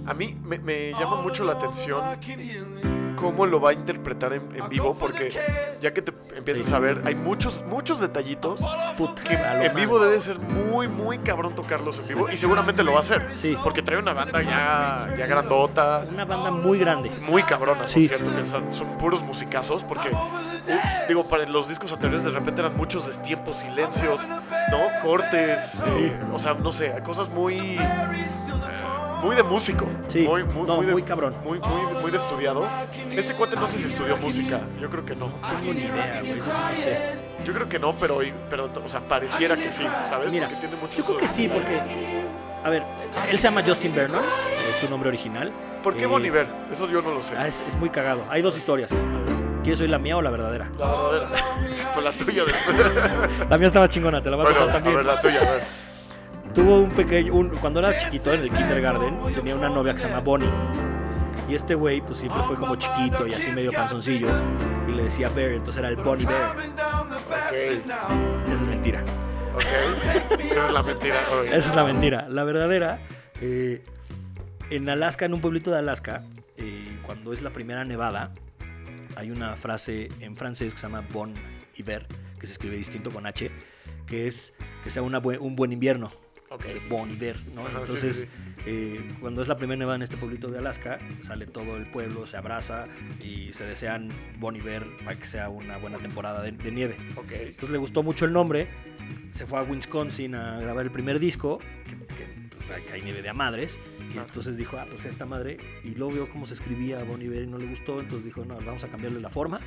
A: A mí me, me llama mucho la atención cómo lo va a interpretar en, en vivo, porque ya que te empiezas
B: Sí.
A: a ver, hay muchos, muchos detallitos
B: Puta,
A: que
B: a lo
A: en vivo
B: madre.
A: debe ser muy, muy cabrón tocarlos en vivo y seguramente lo va a hacer.
B: Sí.
A: Porque trae una banda ya, ya grandota,
B: Una banda muy grande.
A: muy cabrona, por
B: Sí.
A: cierto, que son, son puros musicazos, porque, uh, digo, para los discos anteriores de repente eran muchos destiempos, silencios, ¿no? Cortes, eh, o sea, no sé, cosas muy... eh, Muy de músico.
B: Sí,
A: Muy, muy,
B: no,
A: muy de-
B: muy cabrón.
A: Muy, muy, muy de estudiado. Este cuate no sé si estudió música. Yo creo que no.
B: Tengo ni idea, güey. Eso sí no sé.
A: Yo creo que no, pero, pero o sea, pareciera que sí, ¿sabes?
B: Mira,
A: porque tiene muchos
B: Yo creo que sí, porque. A ver, él se llama Justin Vernon, es su nombre original.
A: ¿Por qué
B: Eh,
A: Boniver? Eso yo no lo sé.
B: Ah, es, es muy cagado. Hay dos historias. ¿Quieres oír la mía o la verdadera?
A: La verdadera. Pues la tuya. de-
B: La mía estaba chingona, te la voy a
A: bueno,
B: contar
A: a
B: también.
A: ver, la tuya, a ver.
B: Tuvo un pequeño. un- cuando era chiquito en el kindergarten, tenía una novia que se llama Bonnie. Y este güey, pues siempre fue como chiquito y así medio panzoncillo. Y le decía Bear, entonces era el Pony Bear. Esa es mentira.
A: Ok. Esa es la mentira. ok.
B: Esa es la mentira. La verdadera, eh, en Alaska, en un pueblito de Alaska, eh, cuando es la primera nevada, hay una frase en francés que se llama Bon Hiver, que se escribe distinto con H, que es que sea una bue- un buen invierno.
A: Ok.
B: de Bon Iver, ¿no?
A: Ajá, sí,
B: Entonces,
A: sí,
B: eh, cuando es la primera nevada en este pueblito de Alaska, sale todo el pueblo, se abraza y se desean Bon Iver para que sea una buena temporada de- de nieve.
A: Ok.
B: Entonces le gustó mucho el nombre. Se fue a Wisconsin a grabar el primer disco, que, que, pues, hay- hay nieve de a madres. Y
A: Claro.
B: entonces dijo, ah, pues esta madre. Y luego vio cómo se escribía Bon Iver y no le gustó. Entonces dijo, no, vamos a cambiarle la forma.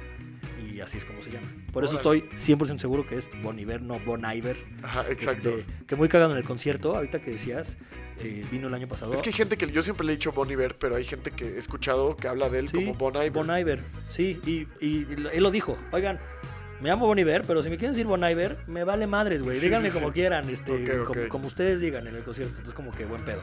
B: Y así es como se llama. Por eso
A: Órale.
B: estoy 100% seguro que es Bon Iver, no Bon Iver.
A: Ajá, exacto.
B: Este, que muy cagado en el concierto, ahorita que decías, eh, vino el año pasado.
A: Es que hay gente que yo siempre le he dicho Bon Iver, pero hay gente que he escuchado que habla de él
B: Sí,
A: como Bon Iver.
B: Bon Iver, sí, y, y él lo dijo, oigan, me llamo Bon Iver, pero si me quieren decir Bon Iver, me vale madres, güey,
A: Sí,
B: díganme
A: sí, sí.
B: como quieran, este,
A: Ok,
B: como,
A: ok.
B: como ustedes digan en el concierto, entonces como que buen pedo.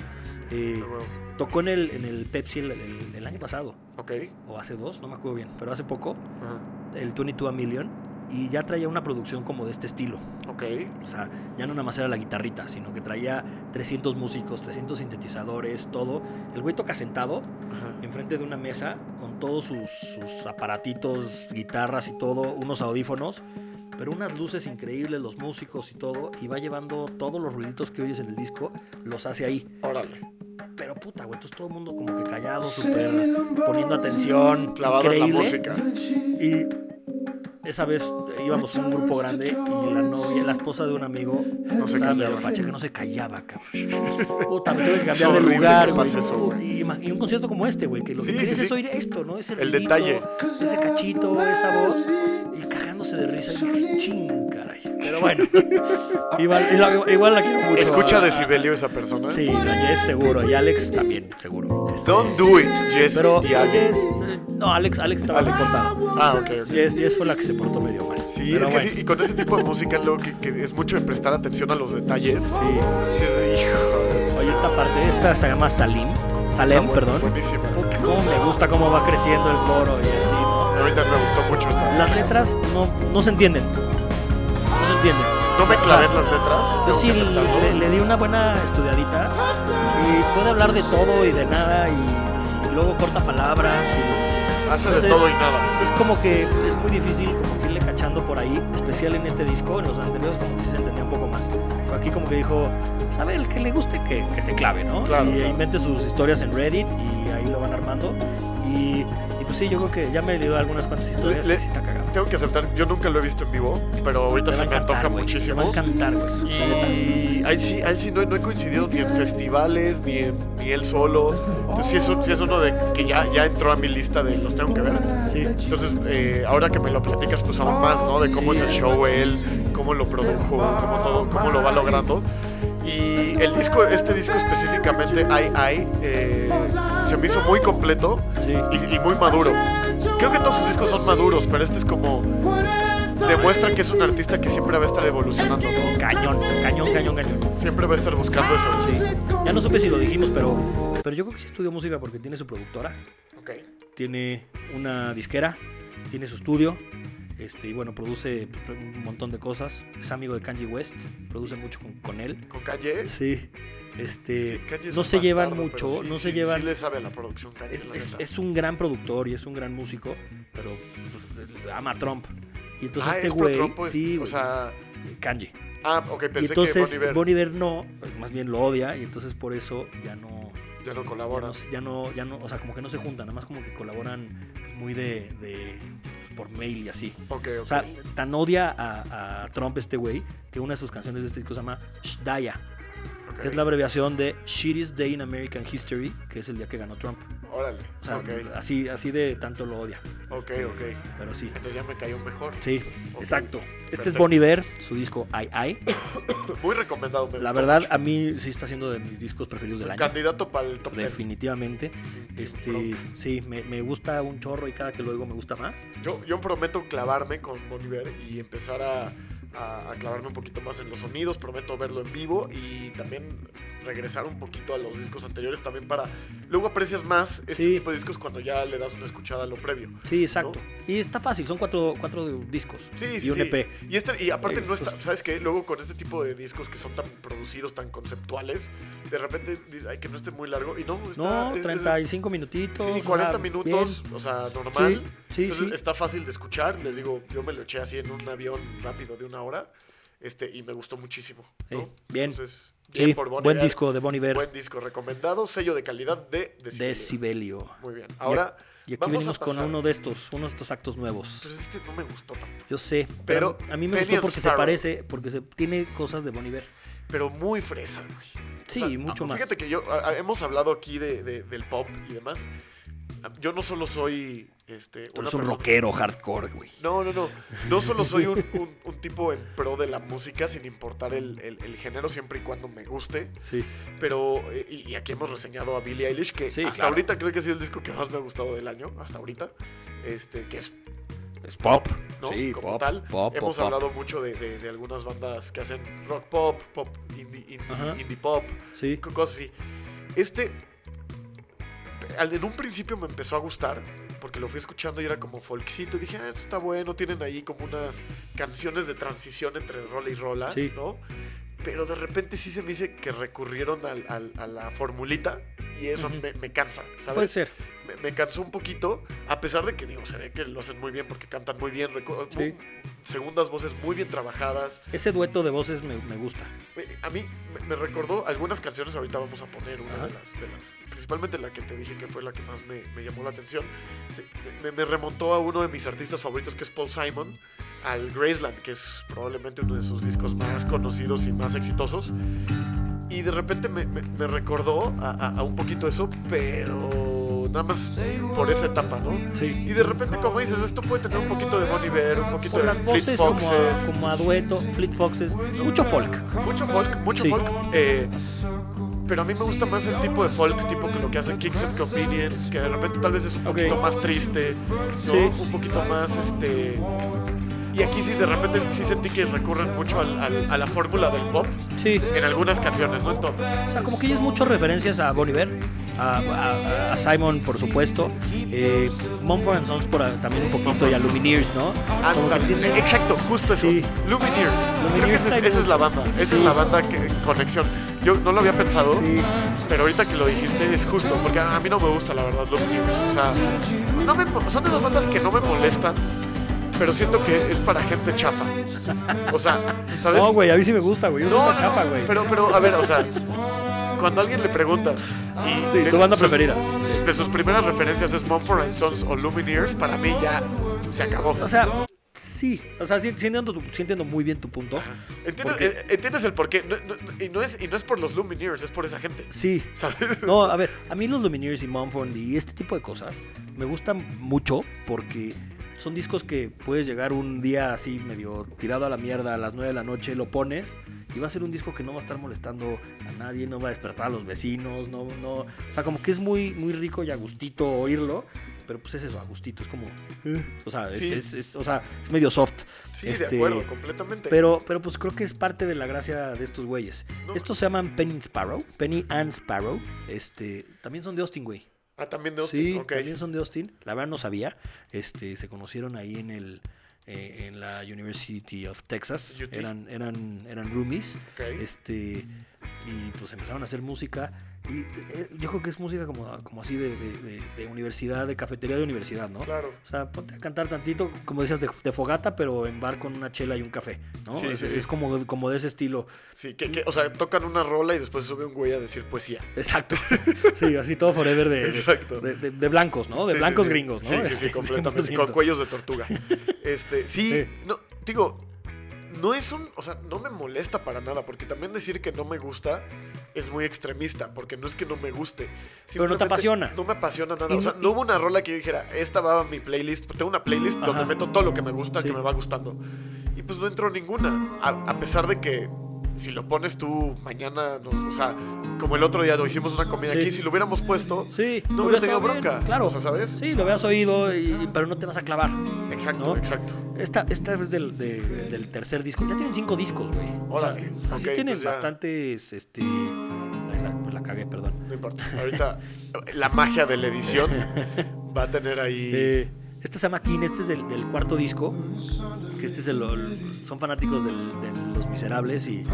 B: Eh,
A: Ah, bueno,
B: tocó en el, en el Pepsi el, el- el año pasado,
A: Ok.
B: o hace dos, no me acuerdo bien, pero hace poco,
A: Ajá.
B: el 22 a Million, y ya traía una producción como de este estilo,
A: Ok.
B: o sea, ya no nada más era la guitarrita, sino que traía 300 músicos, 300 sintetizadores, todo, el güey toca sentado,
A: Ajá.
B: enfrente de una mesa con todos sus, sus aparatitos, guitarras y todo, unos audífonos, pero unas luces increíbles, los músicos y todo, y va llevando todos los ruiditos que oyes en el disco, los hace ahí.
A: Órale.
B: Pero puta, güey, entonces todo el mundo como que callado, súper poniendo atención,
A: Clavado en la
B: increíble.
A: música.
B: Y esa vez íbamos un grupo grande y la novia, la esposa de un amigo,
A: No se
B: estaba
A: callaba.
B: medio pacheca, no se callaba, cabrón. Puta, me tuve que cambiar de
A: horrible
B: lugar,
A: que
B: güey.
A: pase eso, güey.
B: Y, ima- y un concierto como este, güey, que lo que
A: Sí, sí,
B: quieres es
A: sí.
B: oír esto, ¿no? Ese
A: El
B: ruidito,
A: detalle.
B: Ese cachito, esa voz. Y cagándose de risa. Y dije, ching, caray. Pero bueno, igual, igual- igual la quiero mucho.
A: Escucha
B: a-
A: decibelio esa persona.
B: Ah, Sí, no, Jess seguro. Y Alex también, seguro. Este,
A: Don't do it, Jess.
B: Pero
A: y Alex.
B: Jess, no, Alex, Alex estaba
A: Alex.
B: recortado.
A: Ah, ok, ok.
B: Jess, Jess fue la que se portó medio mal.
A: Sí,
B: Pero
A: es que
B: bueno,
A: sí, y con ese tipo de música luego que, que es mucho de prestar atención a los detalles.
B: sí.
A: Sí, es de hijo.
B: Oye, esta parte, esta se llama Salim. Salem,
A: Está bu-
B: perdón.
A: Buenísima.
B: Puta, cómo me gusta cómo va creciendo el coro y así. ¿no?
A: Ahorita me gustó mucho esta.
B: Las letras no, no se entienden. No se entienden.
A: No me clavé en las letras.
B: Yo
A: tengo
B: sí
A: que aceptarlo.
B: le, le di una buena estudiadita y puede hablar de todo y de nada y, y luego corta palabras. Y,
A: Hace de
B: Entonces,
A: todo y nada.
B: Es como que es muy difícil como que irle cachando por ahí, especial en este disco, en los anteriores como que sí se entendía un poco más. Pero aquí como que dijo, sabe, el que le guste que, que se clave, ¿no?
A: Claro,
B: y
A: claro.
B: invente sus historias en Reddit y ahí lo van armando. Y, y pues sí, yo creo que ya me he leído algunas cuantas historias
A: Le-
B: y sí está cagado.
A: Tengo que aceptar, yo nunca lo he visto en vivo, pero ahorita
B: Te va a
A: se me antoja
B: encantar, güey. Te va a
A: muchísimo.
B: encantar, güey. La neta.
A: Y ahí sí, ahí sí no, no he coincidido ni en festivales, ni, en, ni él solo. Entonces sí es, un- sí es uno de que ya, ya entró a mi lista de los tengo que ver.
B: Sí.
A: Entonces eh, ahora que me lo platicas pues aún más, ¿no? De cómo es el show él, cómo lo produjo, cómo todo, cómo lo va logrando. Y el disco, este disco específicamente, I, I, eh, se me hizo muy completo
B: Sí.
A: y, y muy maduro. Creo que todos sus discos son maduros, pero este es como demuestra que es un artista que siempre va a estar evolucionando, ¿no?
B: Cañón, cañón, cañón, cañón.
A: Siempre va a estar buscando eso.
B: Sí. Ya no supe si lo dijimos, pero, pero yo creo que sí estudió música porque tiene su productora,
A: Ok.
B: tiene una disquera, tiene su estudio. Este, y bueno, produce un montón de cosas. Es amigo de Kanye West, produce mucho con, con él.
A: Con Calle.
B: Sí. Este,
A: es que Kanye es
B: no
A: un
B: se llevan
A: bastardo,
B: mucho,
A: pero sí-
B: no se
A: sí-
B: llevan.
A: Sí le sabe a la producción Kanye,
B: es,
A: la
B: es-
A: neta.
B: es un gran productor y es un gran músico, pero pues, ama a Trump. Y entonces
A: Ah,
B: este
A: es pro
B: güey,
A: Trump, es-
B: sí,
A: o
B: güey,
A: sea,
B: Kanye.
A: ah, ok, pensé
B: Y entonces
A: que Bon Iver
B: Bon Iver no, más bien lo odia y entonces por eso ya no,
A: ya no
B: ya
A: colabora.
B: no, ya no, ya no- o sea, como que no se juntan, nada más como que colaboran pues, muy de, de- pues, por mail y así.
A: Ok, ok.
B: O sea, tan odia a, a Trump este güey que una de sus canciones de este disco se llama Shdaya,
A: ok.
B: que es la abreviación de Shittiest Day in American History, que es el día que ganó Trump.
A: Órale.
B: O sea,
A: ok.
B: así, así de tanto lo odia. Este,
A: Ok, ok.
B: Pero sí.
A: Entonces ya me cayó mejor.
B: Sí,
A: Ok.
B: exacto. Este es
A: Perfecto. Pues
B: Bon Iver, su disco I I.
A: Muy recomendado, me
B: La
A: gustó
B: verdad,
A: mucho.
B: a mí sí está siendo de mis discos preferidos del año.
A: Candidato para el top 10.
B: Definitivamente.
A: Sin- sin
B: Este,
A: bronca.
B: sí, me, me gusta un chorro y cada que lo oigo me gusta más.
A: Yo, yo prometo clavarme con Bon Iver y empezar a, a, a clavarme un poquito más en los sonidos, prometo verlo en vivo y también regresar un poquito a los discos anteriores también para... Luego aprecias más este
B: Sí.
A: tipo de discos cuando ya le das una escuchada a lo previo.
B: Sí, exacto. Y está fácil, son cuatro, cuatro de- discos.
A: Sí,
B: y
A: sí,
B: un E
A: sí.
B: EP.
A: Y, este- y aparte
B: Eh,
A: no está,
B: pues-
A: ¿sabes qué? Luego con este tipo de discos que son tan producidos, tan conceptuales, de repente dices, ay, que no esté muy largo. Y no, está...
B: No,
A: es- es-
B: 35 minutitos. o
A: Sí,
B: sea,
A: 40
B: bien.
A: minutos, o sea, normal.
B: Sí, sí,
A: Entonces,
B: sí.
A: Está fácil de escuchar. Les digo, yo me lo eché así en un avión rápido de una hora. Este, y me gustó muchísimo. ¿no?
B: Sí, bien.
A: Entonces,
B: Sí,
A: bien por Bon
B: buen
A: Iver,
B: disco de Bon Iver,
A: Buen disco recomendado. Sello de calidad de Decibelio.
B: Decibelio.
A: Muy bien. Ahora,
B: Y aquí
A: Vamos a
B: venimos con
A: pasar.
B: uno de estos, uno de estos actos nuevos.
A: pues este no me gustó tanto.
B: Yo sé,
A: Pero
B: pero, a mí me
A: Penny
B: gustó
A: and
B: porque se
A: Sparrow.
B: parece, porque se tiene cosas de Bon Iver.
A: Pero muy fresa, güey.
B: Sí,
A: O sea,
B: mucho
A: ah,
B: más.
A: Fíjate que yo, ah, ah, hemos hablado aquí de, de- del pop y demás. Ah, Yo no solo soy, este,
B: Tú
A: una
B: eres un
A: persona-
B: rockero hardcore, güey.
A: No, no, no. No solo soy un, un- un tipo en pro de la música, sin importar el, el- el género, siempre y cuando me guste.
B: Sí.
A: Pero, eh, y, y aquí hemos reseñado a Billie Eilish, que
B: Sí,
A: hasta
B: claro.
A: ahorita creo que ha sido el disco que más me ha gustado del año, hasta ahorita. Este, que es
B: Es pop,
A: ¿no?
B: Sí,
A: Como
B: pop,
A: tal.
B: pop,
A: hemos
B: pop,
A: hablado mucho de, de- de algunas bandas que hacen rock pop, pop, indie, indie-
B: Ajá.
A: indie pop,
B: Sí.
A: co- cosas así. Este, al- en un principio me empezó a gustar, porque lo fui escuchando y era como folkcito. Y dije, ah, esto está bueno, tienen ahí como unas canciones de transición entre rola y rola,
B: Sí.
A: ¿no? Pero de repente sí se me dice que recurrieron al- al- a la formulita y eso
B: Ujú. Pues
A: me, me cansa,
B: Puede
A: ¿sabes?
B: ser.
A: me, me cansó un poquito, a pesar de que, digo, se ve que lo hacen muy bien porque cantan muy bien, recu-
B: Sí.
A: mu- segundas voces muy bien trabajadas.
B: Ese dueto de voces me, me gusta.
A: Me- A mí me, me recordó algunas canciones, ahorita vamos a poner una
B: Ajá.
A: de las, de las- principalmente la que te dije que fue la que más me, me llamó la atención. Se- me, me remontó a uno de mis artistas favoritos que es Paul Simon, al Graceland, que es probablemente uno de sus discos más conocidos y más exitosos. Y de repente me, me- me recordó a, a- a un poquito eso, pero nada más por esa etapa, ¿no?
B: Sí.
A: Y de repente, como dices, esto puede tener un poquito de Bon Iver, un poquito
B: Con
A: de
B: las
A: Fleet
B: voces como a,
A: Foxes,
B: como a dueto, Fleet Foxes, mucho folk.
A: mucho folk, mucho
B: Sí.
A: folk. eh, pero a mí me gusta más el tipo de folk, tipo que lo que hacen Kings of Convenience, que de repente tal vez es un
B: Ok.
A: poquito más triste, ¿no?
B: Sí.
A: un poquito más este. Y aquí sí, de repente sí sentí que recurren mucho al- al- a la fórmula del pop
B: Sí.
A: en algunas canciones, ¿no? Entonces,
B: O sea, como que ellos muchas referencias a Bon Iver, a, a- a Simon, por supuesto, eh, Mumford and Sons por, a- también un poquito, y a Lumineers, ¿no?
A: Ah,
B: Como que
A: eh,
B: tiene-
A: exacto, justo eso.
B: Sí.
A: Lumineers. Creo que
B: Lumineers
A: esa es,
B: está
A: esa es la banda. Esa
B: Sí.
A: es la banda que conexión. Yo no lo había pensado,
B: Sí.
A: pero ahorita que lo dijiste es justo, porque a a mí no me gusta la verdad Lumineers. O sea, no me mo- son de esas bandas que no me molestan, pero siento que es para gente chafa. O sea, ¿sabes?
B: No, güey, a mí sí me gusta, güey. Yo soy
A: No,
B: una
A: no,
B: chafa,
A: no,
B: güey.
A: Pero, pero, a ver, o sea, cuando a alguien le preguntas y
B: Sí, tu banda
A: sus-
B: preferida.
A: de sus primeras referencias es Mumford and Sons o Lumineers, para mí ya se acabó.
B: O sea, sí. O sea, sí, sí entiendo, tu- sí entiendo muy bien tu punto.
A: Entiendes,
B: Porque-
A: eh, entiendes el porqué. No, no, no, y, no es, y no es por los Lumineers, es por esa gente.
B: Sí.
A: ¿Sabes?
B: No, a ver, a mí los Lumineers y Mumford y este tipo de cosas me gustan mucho porque son discos que puedes llegar un día así medio tirado a la mierda a las 9 de la noche, lo pones y va a ser un disco que no va a estar molestando a nadie, no va a despertar a los vecinos, no, no, o sea, como que es muy, muy rico y a gustito oírlo. Pero pues es eso, a gustito, es como... eh, o, sea, es-
A: Sí.
B: es, es- o sea, es medio soft.
A: Sí, de
B: Este,
A: acuerdo, completamente.
B: Pero, pero pues creo que es parte de la gracia de estos güeyes.
A: No.
B: Estos se llaman Penny and Sparrow. Penny and Sparrow. Este, también son de Austin, güey.
A: ah, también de Austin.
B: sí,
A: ok.
B: también son de Austin. La verdad no sabía. Este, se conocieron ahí en el eh, en la University of Texas.
A: UT.
B: Eran, eran, eran roomies.
A: ok.
B: Este, y pues empezaron a hacer música. Y eh, yo creo que es música como, como así de, de- de- de universidad, de cafetería de universidad, ¿no?
A: Claro.
B: O sea, ponte a cantar tantito, como decías, de, de fogata, pero en bar con una chela y un café, ¿no?
A: Sí,
B: es,
A: sí, sí.
B: es como, como de ese estilo.
A: Sí, que, que- o sea, tocan una rola y después sube un güey a decir poesía.
B: Exacto. Sí, así todo forever de, de-
A: Exacto.
B: de, de- de blancos, ¿no? De
A: Sí,
B: blancos
A: sí, sí.
B: gringos, ¿no?
A: Sí, sí,
B: Este,
A: sí, completamente.
B: 100%.
A: Con cuellos de tortuga. Este, sí,
B: Sí.
A: no, digo, no es un, o sea, no me molesta para nada, porque también decir que no me gusta es muy extremista, porque no es que no me guste.
B: Pero no te
A: Simplemente
B: apasiona.
A: No me apasiona nada.
B: Y
A: o sea,
B: no-
A: no hubo una rola que yo dijera, esta va a mi playlist, tengo una playlist donde
B: Ajá.
A: meto todo lo que me gusta,
B: Sí.
A: que me va gustando. Y pues no entró ninguna, a, a pesar de que si lo pones tú mañana, no, o sea, Como el otro día lo hicimos una comida
B: Sí.
A: aquí, si lo hubiéramos puesto,
B: Sí,
A: no
B: hubiera
A: hubiera tenido
B: estado bien,
A: bronca.
B: claro.
A: O sea, ¿sabes?
B: Sí, lo habías oído, y- pero no te vas a clavar.
A: Exacto,
B: ¿no?
A: exacto.
B: Esta, esta es del, de- del tercer disco. Ya tienen cinco discos, güey. O sea,
A: Órale.
B: así
A: Ok,
B: tienen
A: entonces ya.
B: bastantes, este... Ay, la, pues la cagué, perdón.
A: No importa. Ahorita la magia de la edición va a tener ahí.
B: Eh, este se llama King, este es del, del cuarto disco. Que este es el, el- son fanáticos del- de Los Miserables y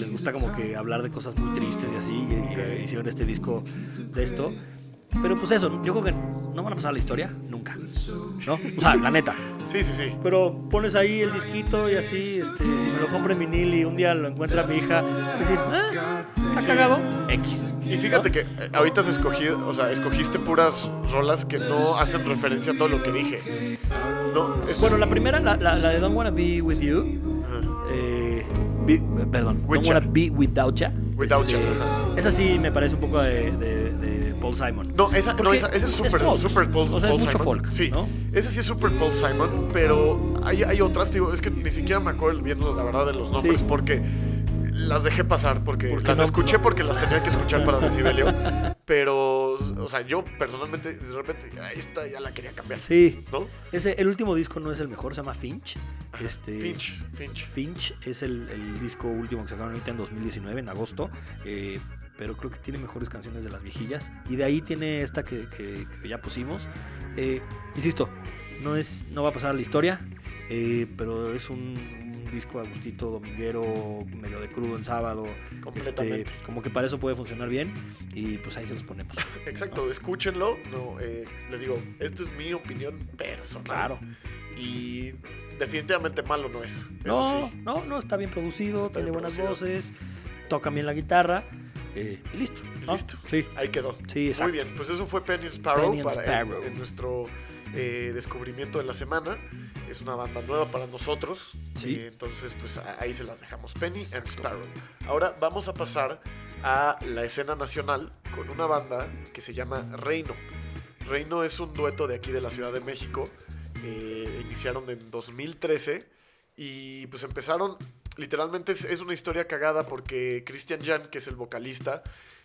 B: les gusta como que hablar de cosas muy tristes y así. y- y
A: Ok.
B: hicieron este disco de esto. Pero pues eso, yo creo que no van a pasar a la historia nunca. ¿No? O sea, la neta.
A: Sí, sí, sí.
B: Pero pones ahí el disquito y así, este, si me lo compro en vinil y un día lo encuentra mi hija, decir, ah, está cagado, X.
A: Y fíjate que eh, ahorita has escogido, o sea, escogiste puras rolas que no hacen referencia a todo lo que dije. No, es-
B: Bueno, la primera, la, la- la de Don't Wanna Be With You,
A: Ajá.
B: eh, be- perdón,
A: With
B: Don't
A: Ya.
B: Wanna Be Without Ya.
A: Without
B: este,
A: Ya, ajá.
B: Esa sí me parece un poco de, de- de Paul Simon.
A: No, esa, no,
B: Porque
A: esa, esa es súper
B: folk.
A: super Paul,
B: O sea, es
A: Paul
B: mucho
A: Simon.
B: folk,
A: Sí,
B: ¿no?
A: ese sí es super Paul Simon, pero hay, hay otras, digo, es que ni siquiera me acuerdo bien la verdad de los nombres
B: Sí.
A: porque las dejé pasar, porque
B: Porque
A: las
B: no-
A: escuché porque las tenía que escuchar para Decibelio, pero, o sea, yo personalmente, de repente, "Ah, esta ya la quería cambiar,
B: Sí,
A: ¿no?
B: ese, el último disco no es el mejor, se llama Finch. Este,
A: Finch, Finch.
B: Finch es el, el disco último que sacaron ahorita en 2019, en agosto. eh, pero creo que tiene mejores canciones de las viejillas. Y de ahí tiene esta que, que- que ya pusimos. Eh, insisto, no, es, no va a pasar a la historia. eh, pero es un, un disco agustito, dominguero, medio de crudo en sábado.
A: Completamente.
B: este, como que para eso puede funcionar bien. Y pues ahí se los ponemos.
A: Exacto, escúchenlo. No, eh, les digo, esto es mi opinión personal.
B: Claro.
A: Y definitivamente malo no es.
B: No,
A: Eso sí.
B: no, no, está bien producido,
A: Está
B: tiene
A: bien
B: buenas
A: producido.
B: voces, toca bien la guitarra. eh, y listo. ¿no?
A: Listo.
B: Sí.
A: Ahí quedó.
B: Sí, exacto.
A: Muy bien, pues eso fue Penny and Sparrow,
B: Penny and
A: para- en-
B: Sparrow.
A: En, nuestro eh, descubrimiento de la semana. Es una banda nueva para nosotros.
B: Sí.
A: Eh, entonces, pues a- ahí se las dejamos. Penny and
B: Exacto.
A: Sparrow. Ahora vamos a pasar a la escena nacional con una banda que se llama Reino. Reino es un dueto de aquí de la Ciudad de México. Eh, iniciaron en 2013 y pues empezaron. Literalmente es, es una historia cagada porque Christian Jan, que es el vocalista.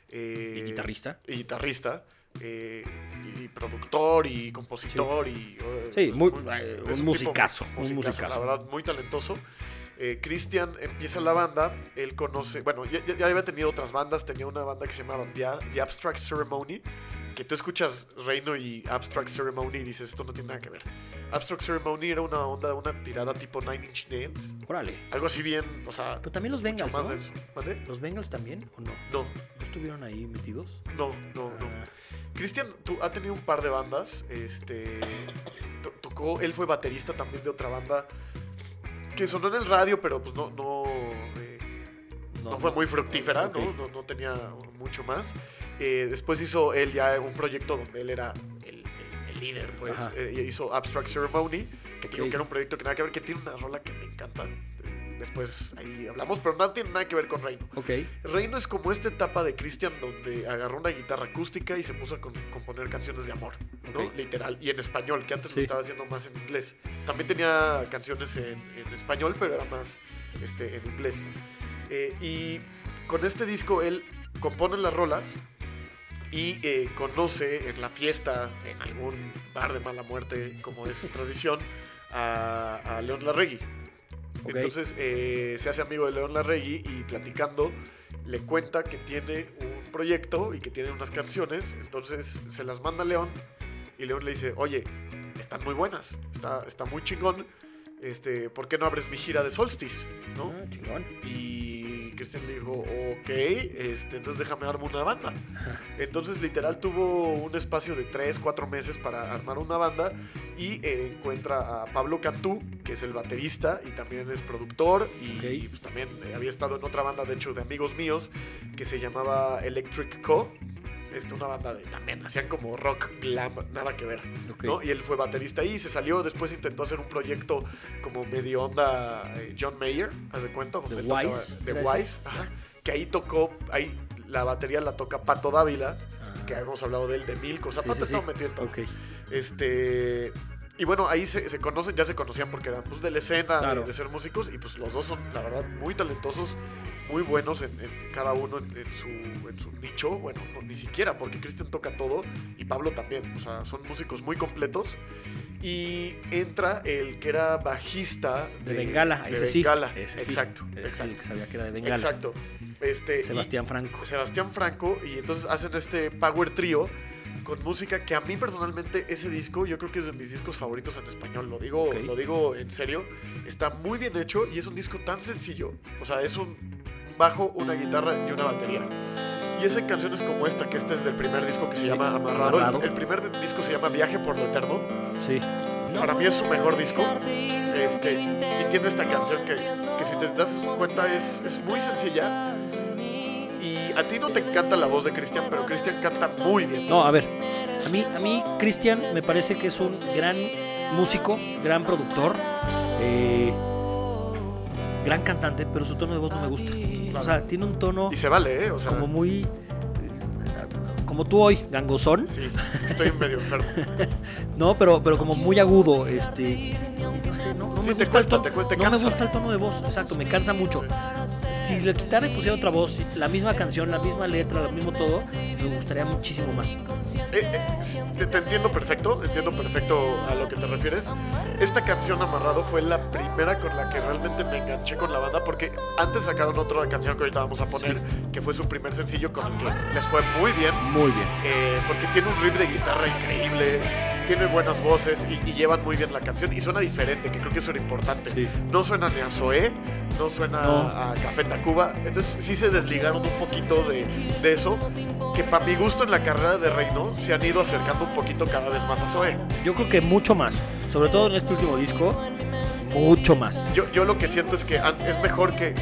A: eh,
B: Y guitarrista.
A: y guitarrista eh, y productor y compositor y eh,
B: Sí,
A: pues,
B: muy- eh,
A: es
B: un
A: tipo
B: musicazo, un musicazo.
A: la verdad muy talentoso Eh, Cristian empieza la banda él conoce bueno ya, ya- ya había tenido otras bandas tenía una banda que se llamaba The, The Abstract Ceremony que tú escuchas Reino y Abstract Ceremony y dices esto no tiene nada que ver Abstract Ceremony era una onda una tirada tipo Nine Inch Nails
B: Órale.
A: algo así bien o sea
B: Pero también los
A: mucho
B: Bengals,
A: más
B: Pues ¿no?
A: denso ¿Mande?
B: ¿Los Bengals también o no?
A: no
B: ¿No estuvieron ahí metidos?
A: no no no
B: Ah,
A: Cristian tú, ha tenido un par de bandas. Este, to- tocó, él fue baterista también de otra banda que sonó en el radio, pero pues no, no, eh, no, fue muy fructífera,
B: Ok.
A: ¿no? ¿no? no tenía mucho más. Eh, después hizo él ya un proyecto donde él era el, el- el líder, pues.
B: Ajá.
A: Eh, hizo Abstract Ceremony, que digo
B: Ok.
A: que era un proyecto que nada que ver, que tiene una rola que me encanta. Eh, Después ahí hablamos, pero no tiene nada que ver con Reino.
B: Ok.
A: Reino es como esta etapa de Christian donde agarró una guitarra acústica y se puso a con- componer canciones de amor, ¿no?
B: Ok.
A: Literal, y en español, que antes lo
B: Sí.
A: estaba haciendo más en inglés. También tenía canciones en, en español, pero era más este, en inglés. Eh, y con este disco él compone las rolas y eh, conoce en la fiesta, en algún bar de mala muerte, como es tradición, a, a León Larregui.
B: Ok.
A: Entonces eh, se hace amigo de León Larregui y platicando le cuenta que tiene un proyecto y que tiene unas canciones. Entonces se las manda a León y León le dice, oye, están muy buenas, está, está muy chingón. Este, ¿Por qué no abres mi gira de Solstice? ¿no?
B: Ah, chingón.
A: Y Christian le dijo, ok, este, entonces déjame armar una banda. Entonces literal tuvo un espacio de 3, 4 meses para armar una banda y eh, encuentra a Pablo Cantú, que es el baterista y también es productor y
B: Ok.
A: pues, también eh, había estado en otra banda, de hecho, de amigos míos, que se llamaba Electric Co. Este, una banda de también, hacían como rock, glam, nada que ver.
B: Ok.
A: ¿no? Y él fue baterista ahí, se salió, después intentó hacer un proyecto como medio onda eh, John Mayer, haz de cuenta, donde
B: The
A: él tocaba-
B: Wise,
A: The
B: ¿era ese?
A: Wise, ajá, que ahí tocó, ahí la batería la toca Pato Dávila,
B: Ah,
A: que habíamos hablado de él, de Milk, o sea,
B: Sí,
A: Pato
B: sí, sí.
A: estaba metido en todo.
B: Ok.
A: Este, Y bueno, ahí se, se conocen, ya se conocían porque eran pues, de la escena, de-
B: Claro.
A: de, ser músicos, y pues los dos son, la verdad, muy talentosos, muy buenos en, en cada uno en, en su, en su nicho. Bueno, no, ni siquiera, porque Cristian toca todo y Pablo también. O sea, son músicos muy completos. Y entra el que era bajista
B: De Bengala,
A: Eh, de
B: ese sí.
A: Bengala,
B: ese sí,
A: exacto,
B: ese sí, el
A: exacto,
B: que sabía que era de Bengala.
A: exacto. Este, y-
B: Sebastián Franco.
A: Sebastián Franco y entonces hacen este Power Trio con música que a mí personalmente ese disco yo creo que es de mis discos favoritos en español, lo digo,
B: Ok.
A: lo digo en serio, está muy bien hecho y es un disco tan sencillo, o sea, es un bajo, una guitarra y una batería. Y es en canciones como esta, que este es del primer disco que se
B: Sí,
A: llama Amarrado. El-
B: Amarrado.
A: El, primer disco se llama Viaje por lo Eterno.
B: Sí.
A: Para mí es su mejor disco. Este, y tiene esta canción que, que si te das cuenta es, es muy sencilla. Y a ti no te encanta la voz de Cristian, pero Cristian canta muy bien.
B: No, a ver. A mí, a mí Cristian me parece que es un gran músico, gran productor, eh, gran cantante, pero su tono de voz no me gusta. O sea, tiene un tono
A: Y se vale, ¿eh? O sea,
B: como muy. eh, Como tú hoy, gangosón.
A: sí, estoy medio enfermo.
B: No, pero, pero como muy agudo, este. y No sé, no, no
A: Sí,
B: me
A: te
B: gusta el
A: cuesta,
B: tono,
A: te cuesta, te
B: no me
A: cansa.
B: gusta el tono de voz, exacto, me cansa mucho.
A: Sí.
B: Si le quitara y pusiera otra voz, la misma canción, la misma letra, lo mismo todo, me gustaría muchísimo más.
A: Eh, eh, te, te entiendo perfecto, entiendo perfecto a lo que te refieres. Esta canción Amarrado fue la primera con la que realmente me enganché con la banda porque antes sacaron otra canción que ahorita vamos a poner, que fue su primer sencillo con el que les fue muy bien.
B: Muy bien.
A: eh, porque tiene un riff de guitarra increíble, tiene buenas voces y, y llevan muy bien la canción y suena diferente, que creo que eso era importante.
B: Sí.
A: No suena ni a Zoé, no suena
B: No.
A: a Café Tacuba, entonces sí se desligaron un poquito de, de eso, que para mi gusto en la carrera de Reino se han ido acercando un poquito cada vez más a Zoé.
B: Yo creo que mucho más, sobre todo en este último disco, mucho más.
A: Yo, yo lo que siento es que an- es mejor que,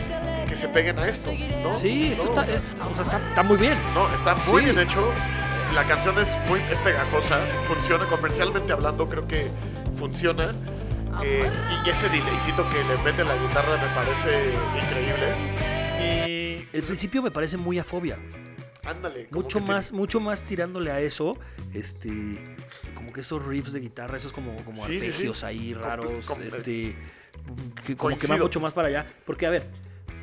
A: que se peguen a esto, ¿no?
B: Sí,
A: No,
B: esto está,
A: o sea,
B: es- o sea, está- está muy bien.
A: No, está muy
B: Sí.
A: bien hecho. La canción es muy es pegajosa, funciona comercialmente hablando, creo que funciona.
B: Ah,
A: Eh, y ese delaycito que le mete la guitarra me parece increíble. Y
B: El principio me parece muy afobia, güey.
A: ándale, como
B: mucho
A: que te-
B: más, mucho más tirándole a eso, este, como que esos riffs de guitarra, esos como, como
A: Sí, sí, sí.
B: arpegios ahí raros,
A: com-
B: este, que como que va
A: coincido.
B: mucho más para allá, porque a ver,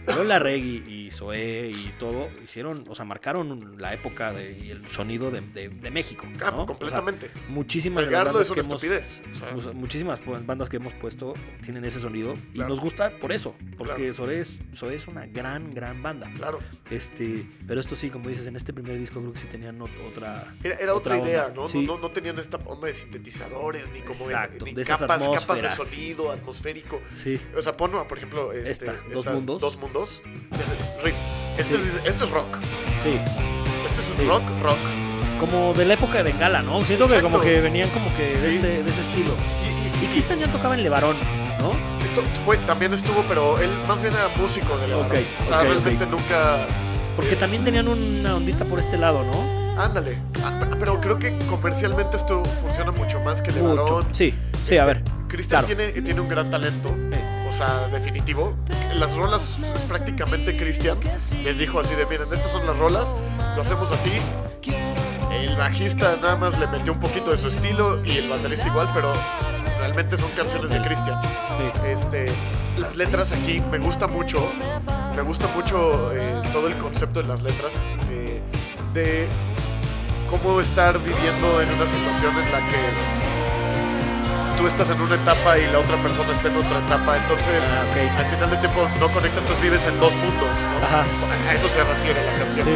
B: Lola Reggae y Zoé y todo hicieron, o sea, marcaron la época de- y el sonido de, de- de México,
A: Ah,
B: ¿no? O sea,
A: completamente.
B: muchísimas de las
A: Pegarlo
B: bandas
A: es una
B: que hemos-
A: estupidez. o sea,
B: o sea, muchísimas pues, bandas que hemos puesto tienen ese sonido y
A: Claro.
B: nos gusta por eso,
A: Claro.
B: porque Zoé es, Zoé es una gran, gran banda.
A: claro.
B: Este, pero esto sí, como dices, en este primer disco creo que sí tenían ot- otra.
A: Era, era otra,
B: Otra
A: idea,
B: onda,
A: ¿no?
B: sí.
A: No, no- no tenían esta onda de sintetizadores, ni como
B: Exacto,
A: ni
B: de esas
A: capas, capas de
B: atmósferas.
A: sonido, atmosférico.
B: Sí.
A: O sea, ponlo, por ejemplo, este,
B: Esta, Dos Mundos.
A: Dos mundos. Este, riff. Este
B: Sí.
A: es- esto es rock.
B: Sí.
A: Esto Este es un
B: Sí.
A: rock, rock.
B: Como de la época de Bengala, ¿no? Siento que
A: Exacto.
B: como que venían como que de,
A: Sí.
B: ese, de ese estilo.
A: Y, y-
B: Y este Cristian ya tocaba en Levarón, ¿no?
A: y to- fue- también estuvo, pero él más bien era músico de la
B: Ok,
A: banda. O sea,
B: ok,
A: realmente nunca.
B: Porque también tenían una ondita por este lado, ¿no?
A: Ándale. Ah, p- Pero creo que comercialmente esto funciona mucho más que
B: Mucho.
A: Levarón.
B: Sí, sí, a ver.
A: Cristian
B: claro.
A: tiene, tiene un gran talento. O sea, definitivo. Las rolas es prácticamente Cristian. Les dijo así de, miren, estas son las rolas, lo hacemos así. El bajista nada más le metió un poquito de su estilo y el baterista igual, pero realmente son canciones de Cristian.
B: Sí.
A: Este, las letras aquí me gusta mucho. Me gusta mucho eh, todo el concepto de las letras. eh, de cómo estar viviendo en una situación en la que tú estás en una etapa y la otra persona está en otra etapa. Entonces,
B: Ah, ok.
A: al final del tiempo no conectas, entonces vives en dos mundos. ¿no?
B: Ajá.
A: A eso se refiere la
B: Sí.
A: canción.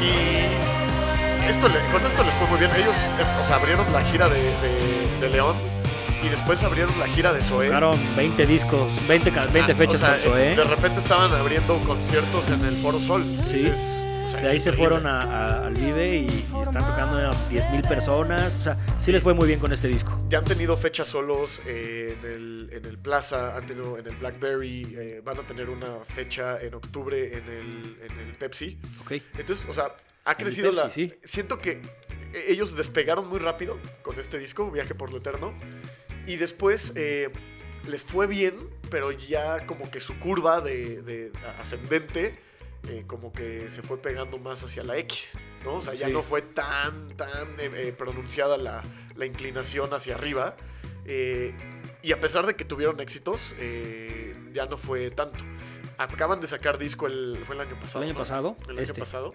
A: Y esto le- con esto les fue muy bien. Ellos eh, o sea, abrieron la gira de, de- de León y después abrieron la gira de Zoé.
B: Tocaron 20 discos, 20, ca- 20
A: Ah,
B: fechas
A: o sea,
B: con Zoé.
A: eh, De repente estaban abriendo conciertos en el Foro Sol.
B: Sí.
A: Dices, o sea,
B: De
A: es
B: ahí se
A: increíble.
B: fueron a- a- al Vive y, y están tocando a 10.000 personas. O sea, sí les fue muy bien con este disco.
A: Ya han tenido fechas solos eh, en, el, en el Plaza, han tenido en el Blackberry, eh, van a tener una fecha en octubre en el, en el Pepsi.
B: Ok.
A: Entonces, o sea, ha
B: En el
A: crecido la.
B: Pepsi,
A: Siento que eh, ellos despegaron muy rápido con este disco, Viaje por lo Eterno. Y después eh, les fue bien, pero ya como que su curva de, de ascendente, eh, como que se fue pegando más hacia la X, ¿no? O sea, ya
B: Sí.
A: no fue tan, tan eh, eh, pronunciada la, la inclinación hacia arriba. Eh, y a pesar de que tuvieron éxitos, eh, ya no fue tanto. Acaban de sacar disco el, fue el año pasado.
B: El año
A: ¿no?
B: pasado,
A: El año
B: este,
A: pasado.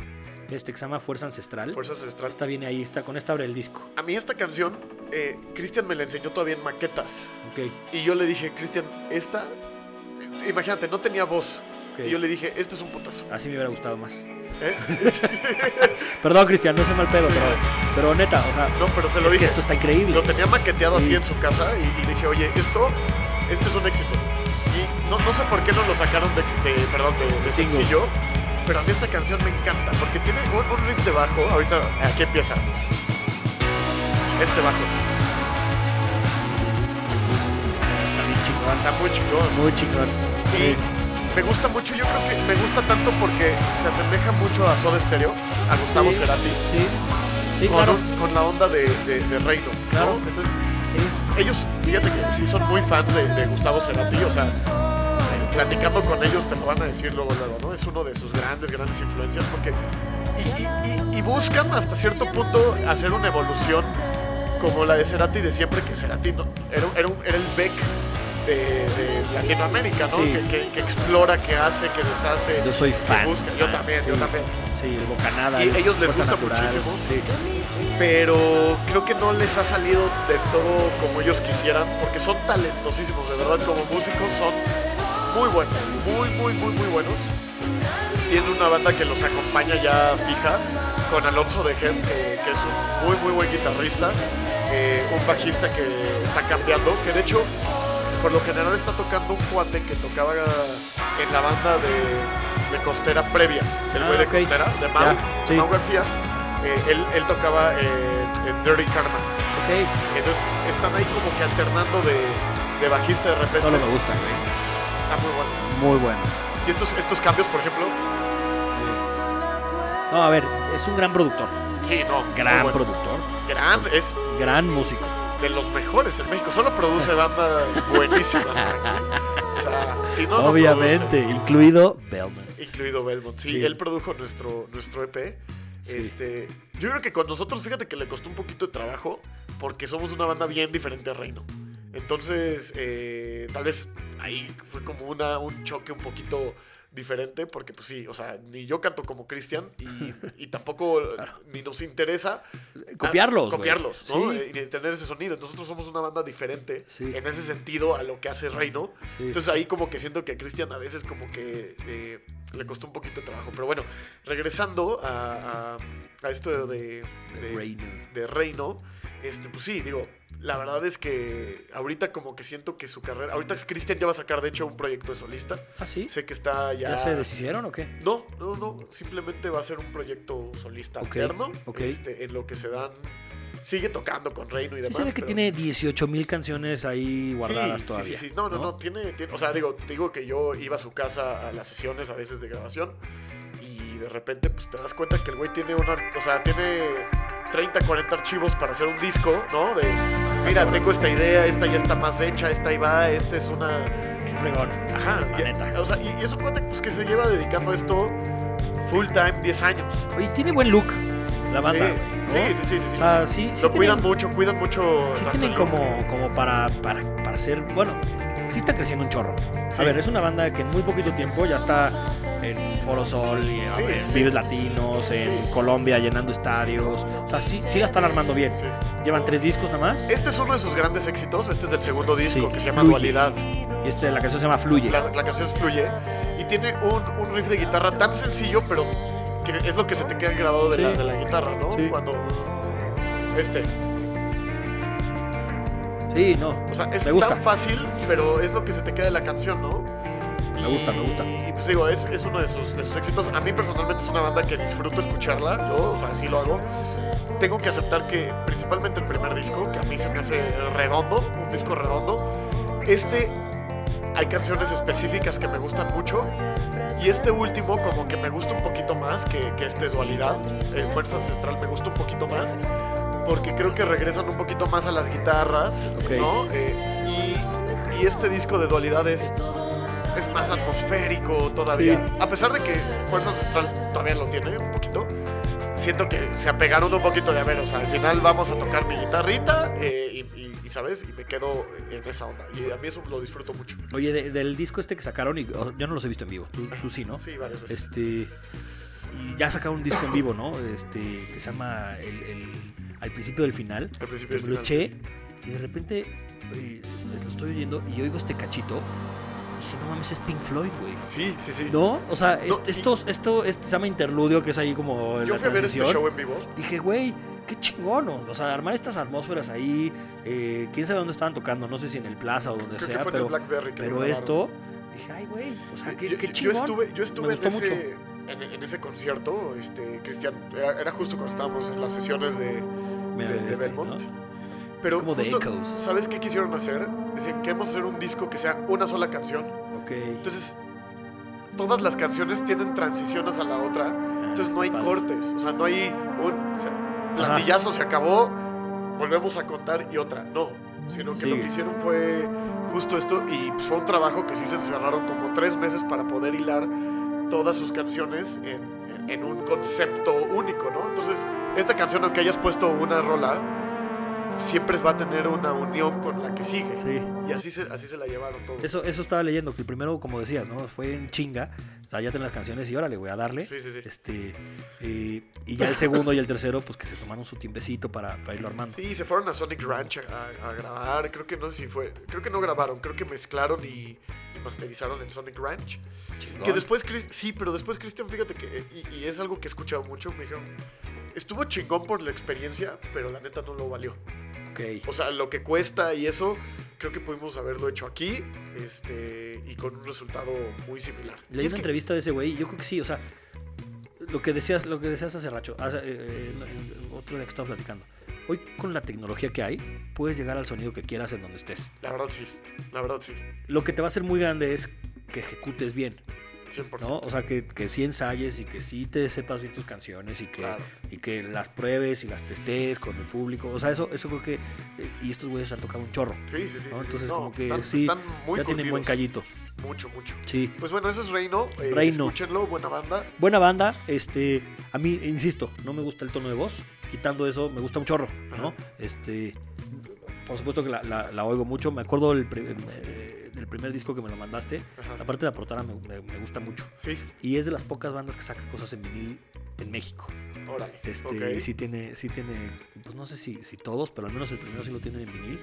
B: este que se llama Fuerza Ancestral.
A: Fuerza Ancestral.
B: Esta viene ahí, está con esta abre el disco.
A: A mí esta canción, eh, Cristian me la enseñó todavía en maquetas.
B: Ok,
A: Y yo le dije, Cristian, esta. Imagínate, no tenía voz.
B: ok.
A: Y yo le dije, este es un putazo.
B: Así me hubiera gustado más.
A: ¿eh?
B: Perdón, Cristian, no soy mal pedo, pero, pero neta, o sea,
A: no, pero se lo
B: es que
A: dije.
B: esto está increíble.
A: Lo tenía maqueteado
B: Sí.
A: así en su casa y, y dije, oye, esto, este es un éxito. Y no, no sé por qué no lo sacaron de, ex- de- perdón, de, de
B: Single.
A: sencillo, pero a mí esta canción me encanta porque tiene un, un riff de bajo. Ahorita, aquí empieza. Este bajo.
B: Está bien chingón,
A: Está muy chingón.
B: muy chingón.
A: Y me gusta mucho, yo creo que me gusta tanto porque se asemeja mucho a Soda Stereo, a Gustavo
B: Sí.
A: Cerati,
B: Sí, sí,
A: con,
B: claro.
A: un- con la onda de, de, de Reino. ¿no?
B: Claro.
A: Entonces,
B: sí.
A: ellos, fíjate que sí son muy fans de, de Gustavo Cerati, o sea, platicando con ellos te lo van a decir luego, luego, ¿no? Es uno de sus grandes, grandes influencias porque... Y, y- y- y buscan hasta cierto punto hacer una evolución como la de Cerati de siempre, que Cerati ¿no? era, era un- era el Beck de, de Latinoamérica, ¿no?
B: Sí.
A: Que, que- que explora, que hace, que deshace.
B: Yo soy
A: que
B: fan.
A: busca. Yo
B: fan,
A: también,
B: sí.
A: yo también.
B: Sí, el bocanada.
A: Y
B: el
A: ellos les
B: Fuerza
A: gusta muchísimo. Pero creo que no les ha salido de todo como ellos quisieran, porque son talentosísimos, de verdad, como músicos son muy buenos, muy, muy, muy, muy buenos. Tienen una banda que los acompaña ya fija, con Alonso de Gem, que, que es un muy, muy buen guitarrista, eh, un bajista que está cambiando, que de hecho, por lo general está tocando un cuate que tocaba en la banda de, de Costera previa, el güey
B: Ah,
A: de
B: ok.
A: Costera, de Mau,
B: Ya, sí.
A: Mau García. eh, él, él tocaba eh, en Dirty Karma.
B: Ok,
A: Entonces están ahí como que alternando de, de bajista de repente.
B: solo me gusta, güey.
A: Está muy bueno.
B: Muy bueno.
A: Y estos, estos cambios, por ejemplo.
B: No, a ver, es un gran productor.
A: Sí, no. muy
B: Gran
A: bueno.
B: productor.
A: Gran, es
B: Gran músico.
A: de los mejores en México. Solo produce bandas buenísimas. güey. o sea, si no, no
B: Obviamente,
A: produce.
B: incluido Bellman.
A: Incluido Belmont. Sí,
B: Sí.
A: él produjo nuestro, nuestro EP.
B: Sí.
A: Este, yo creo que con nosotros, fíjate que le costó un poquito de trabajo porque somos una banda bien diferente a Reino. Entonces, eh, tal vez ahí fue como una, un choque un poquito diferente porque pues sí, o sea, ni yo canto como Cristian y, y tampoco ni nos interesa
B: Copiarlos. güey.
A: Ah, copiarlos, ¿no?
B: Sí,
A: Eh, Y tener ese sonido. Nosotros somos una banda diferente
B: Sí.
A: en ese sentido a lo que hace Reino.
B: sí.
A: Entonces ahí como que siento que a Cristian a veces como que eh, le costó un poquito de trabajo. Pero bueno, regresando a, a- a esto de, de-
B: Reino.
A: de Reino, este, pues sí, digo, la verdad es que ahorita como que siento que su carrera... Ahorita Cristian ya va a sacar de hecho un proyecto de solista.
B: ¿Ah, sí?
A: Sé que está ya...
B: ¿Ya se deshicieron o qué?
A: No, no, no. Simplemente va a ser un proyecto solista
B: Ok,
A: alterno.
B: ok.
A: este, en lo que se dan. Sigue tocando con Reino y
B: Sí
A: demás.
B: se ve que
A: pero-
B: tiene 18 mil canciones ahí guardadas
A: sí,
B: todavía.
A: Sí, sí, sí. No, no, no. Tiene, tiene- O sea, digo, te digo que yo iba a su casa a las sesiones a veces de grabación. Y de repente, pues te das cuenta que el güey tiene una. O sea, tiene 30, 40 archivos para hacer un disco, ¿no? De. Mira,
B: cabrón.
A: tengo esta idea, esta ya está más hecha, esta ahí va, esta es una.
B: Qué fregón.
A: Ajá,
B: La
A: y-
B: neta.
A: O sea, y, y es un cuate pues, que se lleva dedicando a esto full time 10 años.
B: Oye, tiene buen look la
A: Sí,
B: banda, güey,
A: sí,
B: ¿no?
A: sí, sí, sí, sí.
B: O sea, sí, sí
A: Lo
B: tienen-
A: cuidan mucho, cuidan mucho.
B: Sí
A: tanto
B: tienen
A: el-
B: como, como para, para, para ser, bueno, sí está creciendo un chorro.
A: Sí.
B: A ver, es una banda que en muy poquito tiempo ya está en Foro Sol, y, a
A: Sí,
B: ver, en
A: sí.
B: Vives Latinos, en
A: Sí.
B: Colombia llenando estadios. O sea, sí, sí la están armando bien.
A: Sí.
B: Llevan tres discos nada más
A: Este es uno de sus grandes éxitos. Este es del segundo
B: Sí,
A: disco
B: que
A: que se llama
B: fluye.
A: Dualidad.
B: y este, la canción se llama Fluye.
A: La, la canción es Fluye. Y tiene un, un riff de guitarra tan sencillo, pero que es lo que se te queda grabado de,
B: Sí.
A: la, de la guitarra, ¿no?
B: Sí.
A: Cuando. Este.
B: Sí, no.
A: O sea, es
B: Me gusta.
A: tan fácil, pero es lo que se te queda de la canción, ¿no?
B: Me gusta, me gusta.
A: Y pues digo, es, es uno de sus, de sus éxitos. A mí personalmente es una banda que disfruto escucharla. Yo, o sea, sí lo hago. Tengo que aceptar que principalmente el primer disco, que a mí se me hace redondo, un disco redondo. Este, hay canciones específicas que me gustan mucho. Y este último, como que me gusta un poquito más que, que este dualidad. eh, Fuerza Ancestral me gusta un poquito más. Porque creo que regresan un poquito más a las guitarras,
B: Ok.
A: ¿no? Eh, y, y este disco de dualidad es, es más atmosférico todavía.
B: Sí.
A: A pesar de que Fuerza Ancestral todavía lo tiene un poquito, sí siento que se apegaron un poquito de a ver, o sea, al final vamos a tocar mi guitarrita eh, y, y- y, ¿sabes? Y me quedo en esa onda. Y a mí eso lo disfruto mucho.
B: Oye, de- del disco este que sacaron, y oh, yo no los he visto en vivo, tú, tú sí, ¿no?
A: Sí, pues, varias veces.
B: Este. Y ya sacaron un disco en vivo, ¿no? Este. Que se llama el, el- Al principio del final.
A: Al principio
B: Que
A: del
B: me lo
A: final,
B: eché y de repente eh, lo estoy oyendo y oigo este cachito. Y dije, no mames, es Pink Floyd, güey.
A: Sí, sí, sí.
B: ¿No? O sea, es-
A: No, y-
B: estos, esto, este se llama interludio, que es ahí como.
A: Yo
B: la
A: fui a ver este
B: transición.
A: show en vivo.
B: Dije, güey, qué chingón, ¿no? O sea, armar estas atmósferas ahí. eh, quién sabe dónde estaban tocando, no sé si en el Plaza o donde
A: Creo
B: sea,
A: que fue en
B: pero.
A: el Blackberry. que lo
B: Pero
A: grabaron.
B: esto, dije, ay, güey, o sea, qué,
A: yo,
B: qué
A: yo
B: chingón.
A: estuve, yo estuve
B: Me
A: en,
B: gustó
A: ese, en, en ese concierto, este, Cristian. Era, era justo cuando estábamos en las sesiones de,
B: Mira,
A: de- de
B: este,
A: Belmont.
B: ¿no?
A: Pero
B: Es como de
A: justo,
B: Echoes.
A: ¿sabes qué quisieron hacer? Decían, queremos hacer un disco que sea una sola canción.
B: Ok.
A: Entonces, todas las canciones tienen transiciones a la otra.
B: Ah,
A: Entonces no
B: está
A: hay
B: padre.
A: cortes. O sea, no hay un o sea, platillazo, se acabó, volvemos a contar y otra. No. Sino que lo
B: Sigue.
A: que hicieron fue justo esto. Y pues, fue un trabajo que sí se encerraron como tres meses para poder hilar todas sus canciones en, en- en un concepto único, ¿no? Entonces, esta canción, aunque hayas puesto una rola, siempre va a tener una unión con la que sigue.
B: Sí.
A: Y así se, así se la llevaron todos.
B: Eso, eso estaba leyendo, que el primero, como decías, ¿no? Fue en chinga. O sea, ya ten las canciones y órale, voy a darle.
A: Sí, sí, sí.
B: Este, eh, y ya el segundo y el tercero, pues que se tomaron su tiempecito para, para irlo armando.
A: Sí, se fueron a Sonic Ranch a, a grabar. Creo que no sé si fue. Creo que no grabaron. Creo que mezclaron y, y masterizaron en Sonic Ranch.
B: Chingón.
A: Que después. Chris- sí, pero después, Cristian, fíjate que. eh, Y, y es algo que he escuchado mucho. Me dijeron. Estuvo chingón por la experiencia, pero la neta no lo valió.
B: Ok.
A: O sea, lo que cuesta y eso, creo que pudimos haberlo hecho aquí este, y con un resultado muy similar. Y
B: Leí
A: es
B: una
A: que-
B: entrevista de ese güey, yo creo que sí, o sea, lo que decías, lo que decías hace racho, hace, eh, eh, en- en otro día que estaba platicando. Hoy con la tecnología que hay, puedes llegar al sonido que quieras en donde estés.
A: La verdad sí, la verdad sí,
B: Lo que te va a hacer muy grande es que ejecutes bien,
A: 100%.
B: ¿no? O sea, que, que sí ensayes y que sí te sepas bien tus canciones y que,
A: Claro.
B: y que las pruebes y las testees con el público. O sea, eso, eso creo que. eh, Y estos güeyes han tocado un chorro.
A: Sí, sí, sí.
B: ¿no?
A: sí.
B: Entonces, como que
A: están,
B: sí,
A: están muy
B: ya tienen buen
A: curtidos.
B: callito.
A: Mucho, mucho.
B: Sí.
A: Pues bueno, eso es Reino. eh,
B: Reino.
A: Escúchenlo, buena banda.
B: Buena banda, este, a mí, insisto, no me gusta el tono de voz. Quitando eso, me gusta un chorro, ¿no?
A: Ajá.
B: Este, por supuesto que la, la- la oigo mucho. Me acuerdo del, pri- eh, del primer disco que me lo mandaste.
A: Ajá.
B: Aparte, la portada me- me- me gusta mucho.
A: Sí,
B: Y es de las pocas bandas que saca cosas en vinil en México.
A: órale.
B: Este,
A: ok.
B: sí tiene, sí tiene, pues no sé si, si todos, pero al menos el primero sí lo tienen en vinil.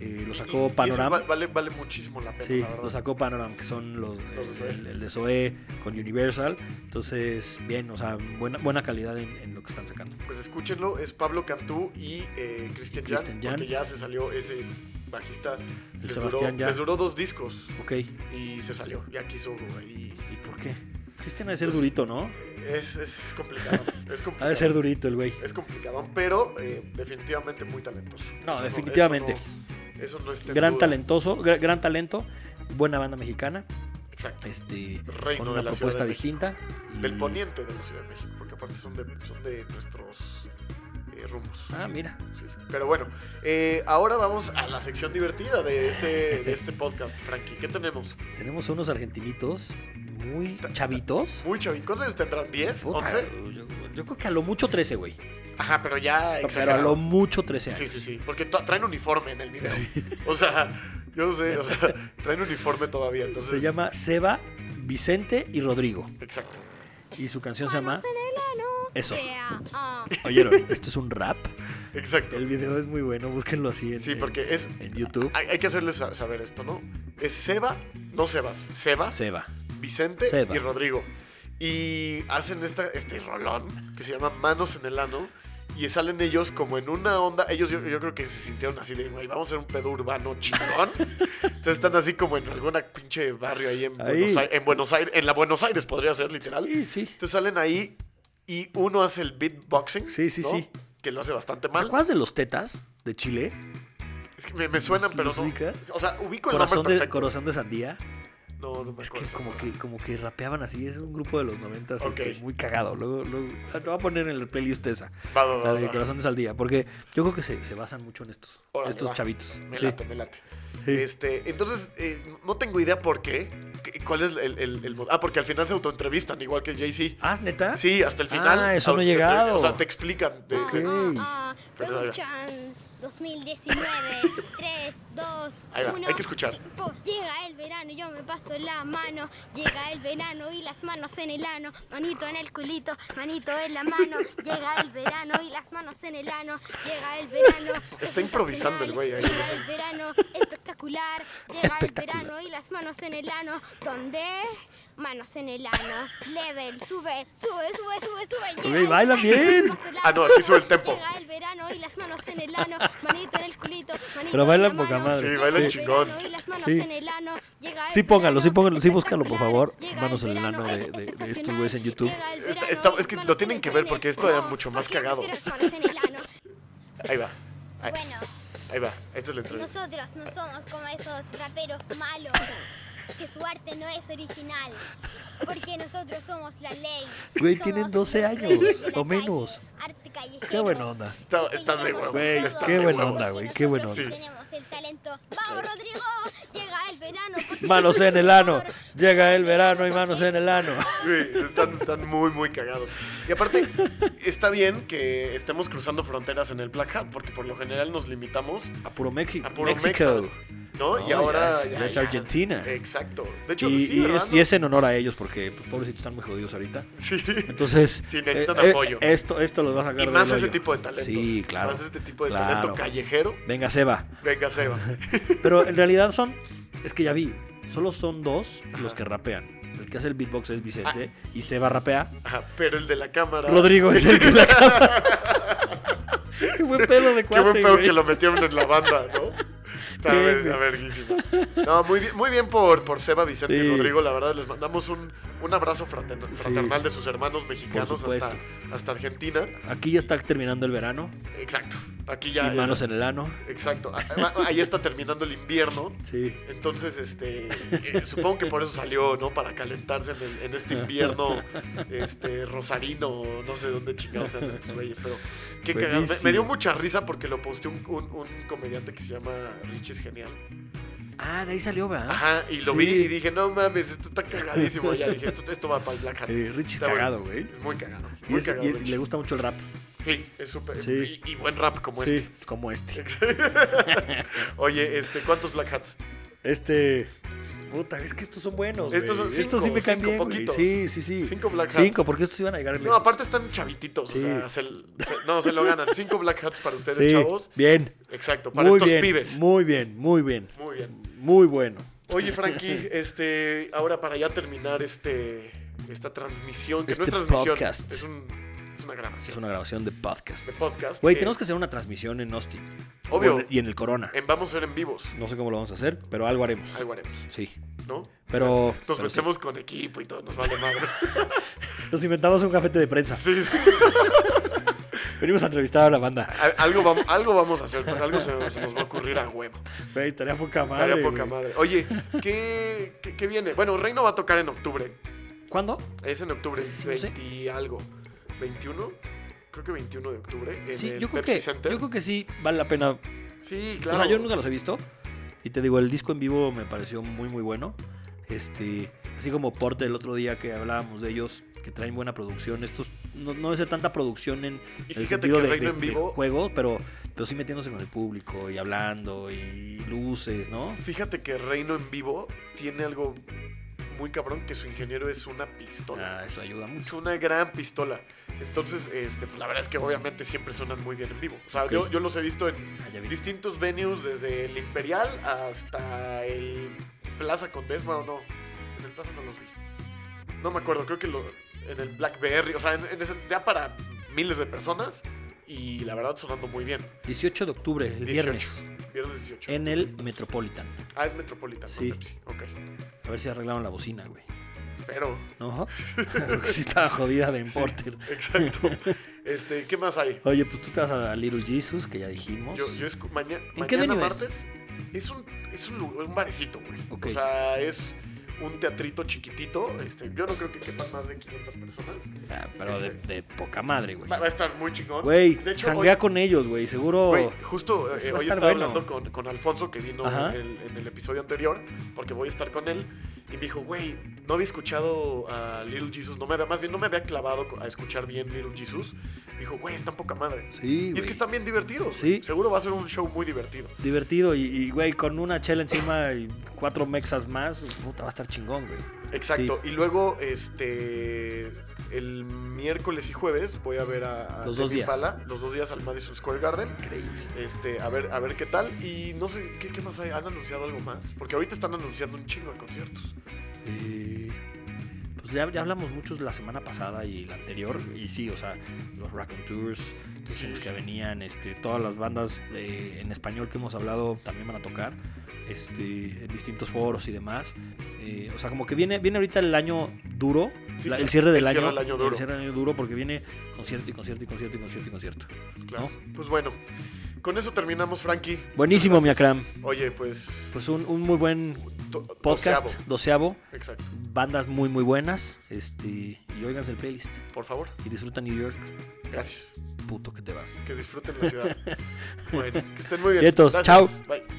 B: Eh, lo
A: Y-
B: sacó
A: y
B: Panorama.
A: eso va- vale, vale muchísimo la pena,
B: Sí,
A: la verdad.
B: lo sacó Panorama, que son los,
A: Los de Zoé.
B: el, el de Zoe con Universal. Entonces, bien, o sea, buena, buena calidad en, en lo que están sacando.
A: Pues escúchenlo, es Pablo Cantú y eh, Cristian Jan,
B: Cristian Jan.
A: porque ya se salió ese bajista.
B: El
A: les duró-
B: Sebastián ya.
A: Les duró dos discos
B: Ok, ¿y
A: y se salió. Ya quiso ahí
B: por qué? Cristian ha de ser durito, ¿no?
A: Es, es complicado. es complicado.
B: Ha de ser durito el güey.
A: Es complicado, pero eh, definitivamente muy talentoso.
B: No, definitivamente.
A: no- Eso no, está en
B: Gran
A: duda.
B: talentoso, gra- gran talento, buena banda mexicana.
A: Exacto.
B: Este,
A: Reino
B: con
A: de
B: una
A: la Ciudad de
B: propuesta
A: México.
B: distinta. y-
A: Del poniente de la Ciudad de México, porque aparte son de, son de nuestros eh, rumos.
B: Ah, mira.
A: Sí. Pero bueno, eh, ahora vamos a la sección divertida de este, de este podcast, Frankie. ¿Qué tenemos?
B: Tenemos a unos argentinitos muy chavitos.
A: Muy chavi. ¿Cuántos años tendrán? ¿10?
B: Puta, eh.
A: ¿11?
B: yo, yo creo que a lo mucho 13, güey.
A: Ajá, pero ya
B: Pero a
A: exagerado.
B: lo mucho 13
A: Sí,
B: años.
A: sí, sí. Porque to- traen uniforme en el video. O sea, yo no sé, o sea, traen uniforme todavía. Entonces,
B: Se llama Seba, Vicente y Rodrigo.
A: Exacto.
B: Y su canción se llama Eso.
C: Yeah. Uh.
B: Oyeron, esto es un rap.
A: Exacto.
B: El video es muy bueno, búsquenlo así en,
A: Sí, porque es.
B: en YouTube.
A: Hay, hay que hacerles sa- saber esto, ¿no? Es Seba, no Sebas, Seba,
B: Seba.
A: Vicente
B: Seba.
A: y Rodrigo. Y hacen esta, este rolón que se llama Manos en el Ano. Y salen ellos como en una onda. Ellos yo, yo creo que se sintieron así de, güey, vamos a hacer un pedo urbano chingón. Entonces están así como en alguna pinche barrio ahí en,
B: Ahí.
A: Buenos Aires, en Buenos Aires. En la Buenos Aires podría ser, literal.
B: Sí, sí.
A: Entonces salen ahí y uno hace el beatboxing.
B: Sí, sí,
A: ¿no?
B: sí.
A: Que lo hace bastante
B: ¿Te
A: mal.
B: acuerdas de los tetas de Chile?
A: Es que me, me suenan,
B: ¿Los-
A: pero
B: los
A: no.
B: ubicas?
A: O sea, ubico el nombre
B: Corazón de,
A: perfecto.
B: corazón de sandía.
A: No, no me
B: Es que
A: acuerdo.
B: como que, como que rapeaban así, es un grupo de los noventas
A: Ok.
B: este, muy cagado. Luego, luego, ah, te voy a poner en el playlist esa,
A: Va, va, va,
B: la de
A: va.
B: Corazones al Día, porque yo creo que se, se basan mucho en estos,
A: Órale,
B: estos
A: va.
B: chavitos.
A: Me
B: Sí,
A: late, me late.
B: sí.
A: Este, entonces, eh, no tengo idea por qué. ¿Qué- ¿Cuál es el, el, el mod- Ah, porque al final se autoentrevistan, igual que Jay-Z.
B: ¿Ah, neta?
A: Sí, hasta el final.
B: Ah, eso no he
A: se entrevistan,
B: llegado.
A: O sea, te explican. de-
B: Ok.
A: de-
C: Ah, ah,
A: Perdón,
C: Productions 2019. 3, 2,
A: Ahí va,
C: 1.
A: hay que escuchar.
C: Llega el verano, yo me paso la mano. Llega el verano y las manos en el ano. Manito en el culito, manito en la mano. Llega el verano y las manos en el ano. Llega el verano. es
A: Está improvisando el güey ahí.
C: Llega el verano espectacular. Llega el verano y las manos en el ano. ¿Dónde? Manos en el ano. Level, sube, sube, sube, sube, sube. Llega
B: Güey,
C: el
B: baila
C: verano,
B: bien.
C: paso la
A: Ah, no, aquí sube el tempo.
C: Llega el verano y las manos en el ano, manito en el culito, manito
B: Pero
C: en
B: bailan
C: la
B: poca
C: mano.
B: madre.
A: Sí, bailan
C: Llega el
A: chingón.
C: verano y las manos
B: Sí.
C: en el ano, llega el
B: Sí, póngalo, sí,
C: verano,
B: póngalo, sí, búscalo, por
C: espectacular.
B: favor.
C: Llega
B: Manos
C: el
B: en el
C: verano,
B: ano de,
C: es
B: de- de estos
C: sensacional.
B: güeyes en YouTube.
C: Llega
A: Está-
C: el verano
A: está-
C: y
A: es que
C: las
A: lo
C: manos
A: tienen
C: en
A: que
C: el
A: ver porque
C: trasero.
A: esto era mucho más
C: ¿Por qué
A: cagado.
C: prefieres manos en el ano?
A: Ahí va. Ahí,
C: Bueno,
A: ahí va. Esta es la entrevista.
C: nosotros no somos como esos raperos malos, que su arte no es original, porque nosotros somos la ley.
B: Güey,
C: Somos
B: tienen 12
C: los
B: años,
C: reyes de la
B: o
C: calle,
B: menos.
C: Arte callejero.
B: Qué buena onda.
A: Está, está de huevo.
B: Güey,
A: está
B: qué
A: de
B: buena
A: huevo.
B: onda, güey, qué buena
C: Nosotros
A: onda.
C: Tenemos el talento. Vamos, Rodrigo. Llega el verano. por
B: Manos en el ano.
C: favor.
B: Llega el verano y manos en el ano.
A: Güey, están, están muy, muy cagados. Y aparte, está bien que estemos cruzando fronteras en el Black Hat, porque por lo general nos limitamos
B: A puro México.
A: a puro
B: México.
A: México. ¿No?
B: No,
A: y ahora.
B: ya es- Oh, ya es Argentina.
A: Exacto. De
B: Y,
A: hecho, sí,
B: y
A: ¿verdad?
B: es, y es en honor a ellos porque pues, pobrecitos están muy jodidos ahorita.
A: Sí.
B: Entonces, eh,
A: Sí, necesitan apoyo.
B: esto, esto los va a sacar
A: Y
B: del
A: más ese
B: hoyo.
A: tipo de talentos.
B: Sí, claro.
A: Más este tipo de
B: Claro.
A: talento callejero.
B: Venga, Seba.
A: Venga, Seba.
B: Pero en realidad son, es que ya vi, solo son dos los que rapean. El que hace el beatbox es Vicente y Seba rapea.
A: Ajá, pero el de la cámara.
B: Rodrigo es el que la Qué buen pedo de
A: Qué
B: cuate,
A: buen pedo
B: güey.
A: que lo metieron en la banda, ¿no? Está,
B: Sí,
A: ver-
B: güey.
A: está verguísima. No, muy bien, muy bien por, por Seba, Vicente
B: Sí.
A: y Rodrigo. La verdad, les mandamos un, un abrazo fraterno-
B: Sí.
A: fraternal de sus hermanos mexicanos hasta,
B: supuesto.
A: hasta Argentina.
B: Aquí ya está terminando el verano.
A: Exacto. Aquí ya.
B: y manos en el ano.
A: Exacto. A- a- Ahí está terminando el invierno.
B: Sí.
A: Entonces, este, eh, supongo que por eso salió, ¿no? Para calentarse en, el- en este invierno, este, rosarino, no sé dónde chingados sean estos güeyes, pero qué cagado. Me, me dio
B: Buenísimo.
A: mucha risa porque lo posteó un, un- un comediante que se llama Rich es Genial.
B: Ah, de ahí salió, ¿verdad?
A: Ajá, y lo
B: Sí.
A: vi y dije, no mames, esto está cagadísimo. Ya dije, esto, esto va para el Black Hat.
B: Eh, Rich es
A: Está bueno.
B: cagado, güey.
A: Es muy cagado,
B: Y,
A: muy
B: es-
A: cagado.
B: y-
A: Rich.
B: y le gusta mucho el rap.
A: Sí, es súper.
B: Sí.
A: Y, y buen rap como
B: sí,
A: este.
B: como este.
A: Oye, este, ¿cuántos Black Hats?
B: Este. Puta, es que estos son buenos.
A: Estos
B: güey.
A: son cinco,
B: estos sí me caen
A: cinco
B: bien, güey.
A: poquitos.
B: Sí, sí, sí.
A: Cinco Black Hats.
B: Cinco, porque estos iban a llegar
A: No, aparte están chavititos.
B: Sí.
A: O sea, se, se- no, se lo ganan. Cinco Black Hats para ustedes,
B: Sí,
A: chavos.
B: bien.
A: Exacto, para estos
B: bien,
A: pibes. Muy,
B: Muy bien, muy bien.
A: bien.
B: Muy bueno.
A: Oye, Frankie, este, ahora para ya terminar este, esta transmisión, que
B: Este
A: no es transmisión,
B: podcast.
A: es, un, es una
B: Es
A: grabación
B: una grabación de podcast.
A: de podcast.
B: Güey,
A: que,
B: tenemos que hacer una transmisión en Austin.
A: Obvio,
B: O en- Y en el Corona.
A: en- vamos a ser en vivos.
B: No sé cómo lo vamos a hacer, pero algo haremos.
A: Algo haremos,
B: Sí.
A: ¿no?
B: Pero.
A: Nos
B: pero sí.
A: metemos con equipo y todo, nos vale madre.
B: Nos inventamos un cafete de prensa.
A: Sí, sí.
B: Venimos a entrevistar a la banda.
A: Al- Algo, vamos, algo vamos a hacer, pues, algo se, se nos va a ocurrir a huevo.
B: Güey, estaría poca madre.
A: Estaría poca
B: güey.
A: madre. Oye, ¿qué, qué, qué viene? Bueno, Reino va a tocar en octubre.
B: ¿Cuándo?
A: Es en octubre,
B: Sí, no sé.
A: 20 algo. ¿21? Creo que 21 de octubre. En
B: Sí,
A: el
B: yo creo,
A: Pepsi
B: que,
A: Center.
B: yo creo que sí vale la pena.
A: Sí, claro.
B: O sea, yo nunca los he visto. Y te digo, el disco en vivo me pareció muy, muy bueno. Este, así como Porte el otro día que hablábamos de ellos, que traen buena producción. Estos no, no es de tanta producción en
A: Y fíjate
B: el sentido
A: que
B: de,
A: Reino
B: de-
A: en
B: de
A: Vivo-
B: juegos, pero, pero sí metiéndose con el público y hablando y luces, ¿no?
A: Fíjate que Reino en vivo tiene algo muy cabrón que su ingeniero es una pistola.
B: Ah, eso ayuda
A: Es
B: mucho.
A: una gran pistola. Entonces, este, pues, la verdad es que obviamente siempre suenan muy bien en vivo. O sea,
B: Ok.
A: yo, yo los he visto en
B: Ah, ya vi.
A: distintos venues, desde el Imperial hasta el Plaza Condesma o no. En el Plaza no los vi. No me acuerdo, creo que lo- en el Blackberry, o sea, en, en ese- ya para miles de personas y la verdad sonando muy bien.
B: 18 de octubre, el
A: 18.
B: viernes,
A: Viernes 18.
B: en el Metropolitan.
A: Ah, es Metropolitan,
B: Sí.
A: no Pepsi. Ok.
B: A ver si arreglaron la bocina, güey.
A: Espero.
B: ¿No? Porque sí estaba jodida de importer.
A: Exacto. este, ¿qué más hay?
B: Oye, pues tú te vas a Little Jesus, que ya dijimos.
A: Yo, yo escu- maña- mañana
B: qué venue es?
A: martes es, un es un, lu- un barecito, güey.
B: Ok.
A: O sea, es un teatrito chiquitito. Este, yo no creo que quepan más de 500 personas.
B: Ah, pero de, de poca madre, güey.
A: Va, va a estar muy chingón.
B: Güey,
A: de hecho,
B: janguea
A: hoy-
B: con ellos, güey. Seguro.
A: Güey, justo
B: Eso
A: eh,
B: va a
A: hoy
B: estar
A: estaba
B: bueno.
A: hablando con, con Alfonso, que vino
B: Ajá.
A: en el, en el episodio anterior, porque voy a estar con él. y dijo, güey, no había escuchado a Little Jesus, no me había, más bien no me había clavado a escuchar bien Little Jesus. Dijo, güey, están poca madre.
B: Sí,
A: Y es que
B: güey.
A: están bien divertidos.
B: Sí.
A: Seguro va a ser un show muy divertido.
B: Divertido y, y, güey, con una chela encima y cuatro mexas más, puta, va a estar chingón, güey.
A: Exacto. Y luego, este. El miércoles y jueves voy a ver a, a
B: Los dos
A: Tame
B: días.
A: Impala, los dos días al Madison Square Garden.
B: Increíble.
A: Este, a ver, a ver qué tal. Y no sé, ¿qué, qué más hay? ¿Han anunciado algo más? Porque ahorita están anunciando un chingo de conciertos.
B: Eh, pues ya, ya hablamos muchos la semana pasada y la anterior. Y sí, o sea, los Raconteurs dijimos
A: Sí.
B: que venían, este, todas las bandas eh, en español que hemos hablado también van a tocar este, en distintos foros y demás. Eh, o sea, como que viene, viene ahorita el año duro,
A: Sí,
B: la- el cierre del
A: el
B: año,
A: cierre del año duro.
B: el cierre del año duro, porque viene concierto y concierto y concierto y concierto y concierto.
A: Claro. Pues bueno, con eso terminamos, Frankie.
B: Buenísimo, mi
A: Muchas gracias.
B: Akram.
A: Oye, pues.
B: Pues un, un muy buen
A: to-
B: podcast,
A: doceavo.
B: doceavo,
A: Exacto.
B: bandas muy muy buenas, este, y óiganse el playlist.
A: Por favor,
B: y disfruta New York,
A: gracias.
B: puto que te vas.
A: Que disfruten la ciudad. bueno, que estén muy bien.
B: Vientos,
A: Gracias.
B: chao.
A: Bye.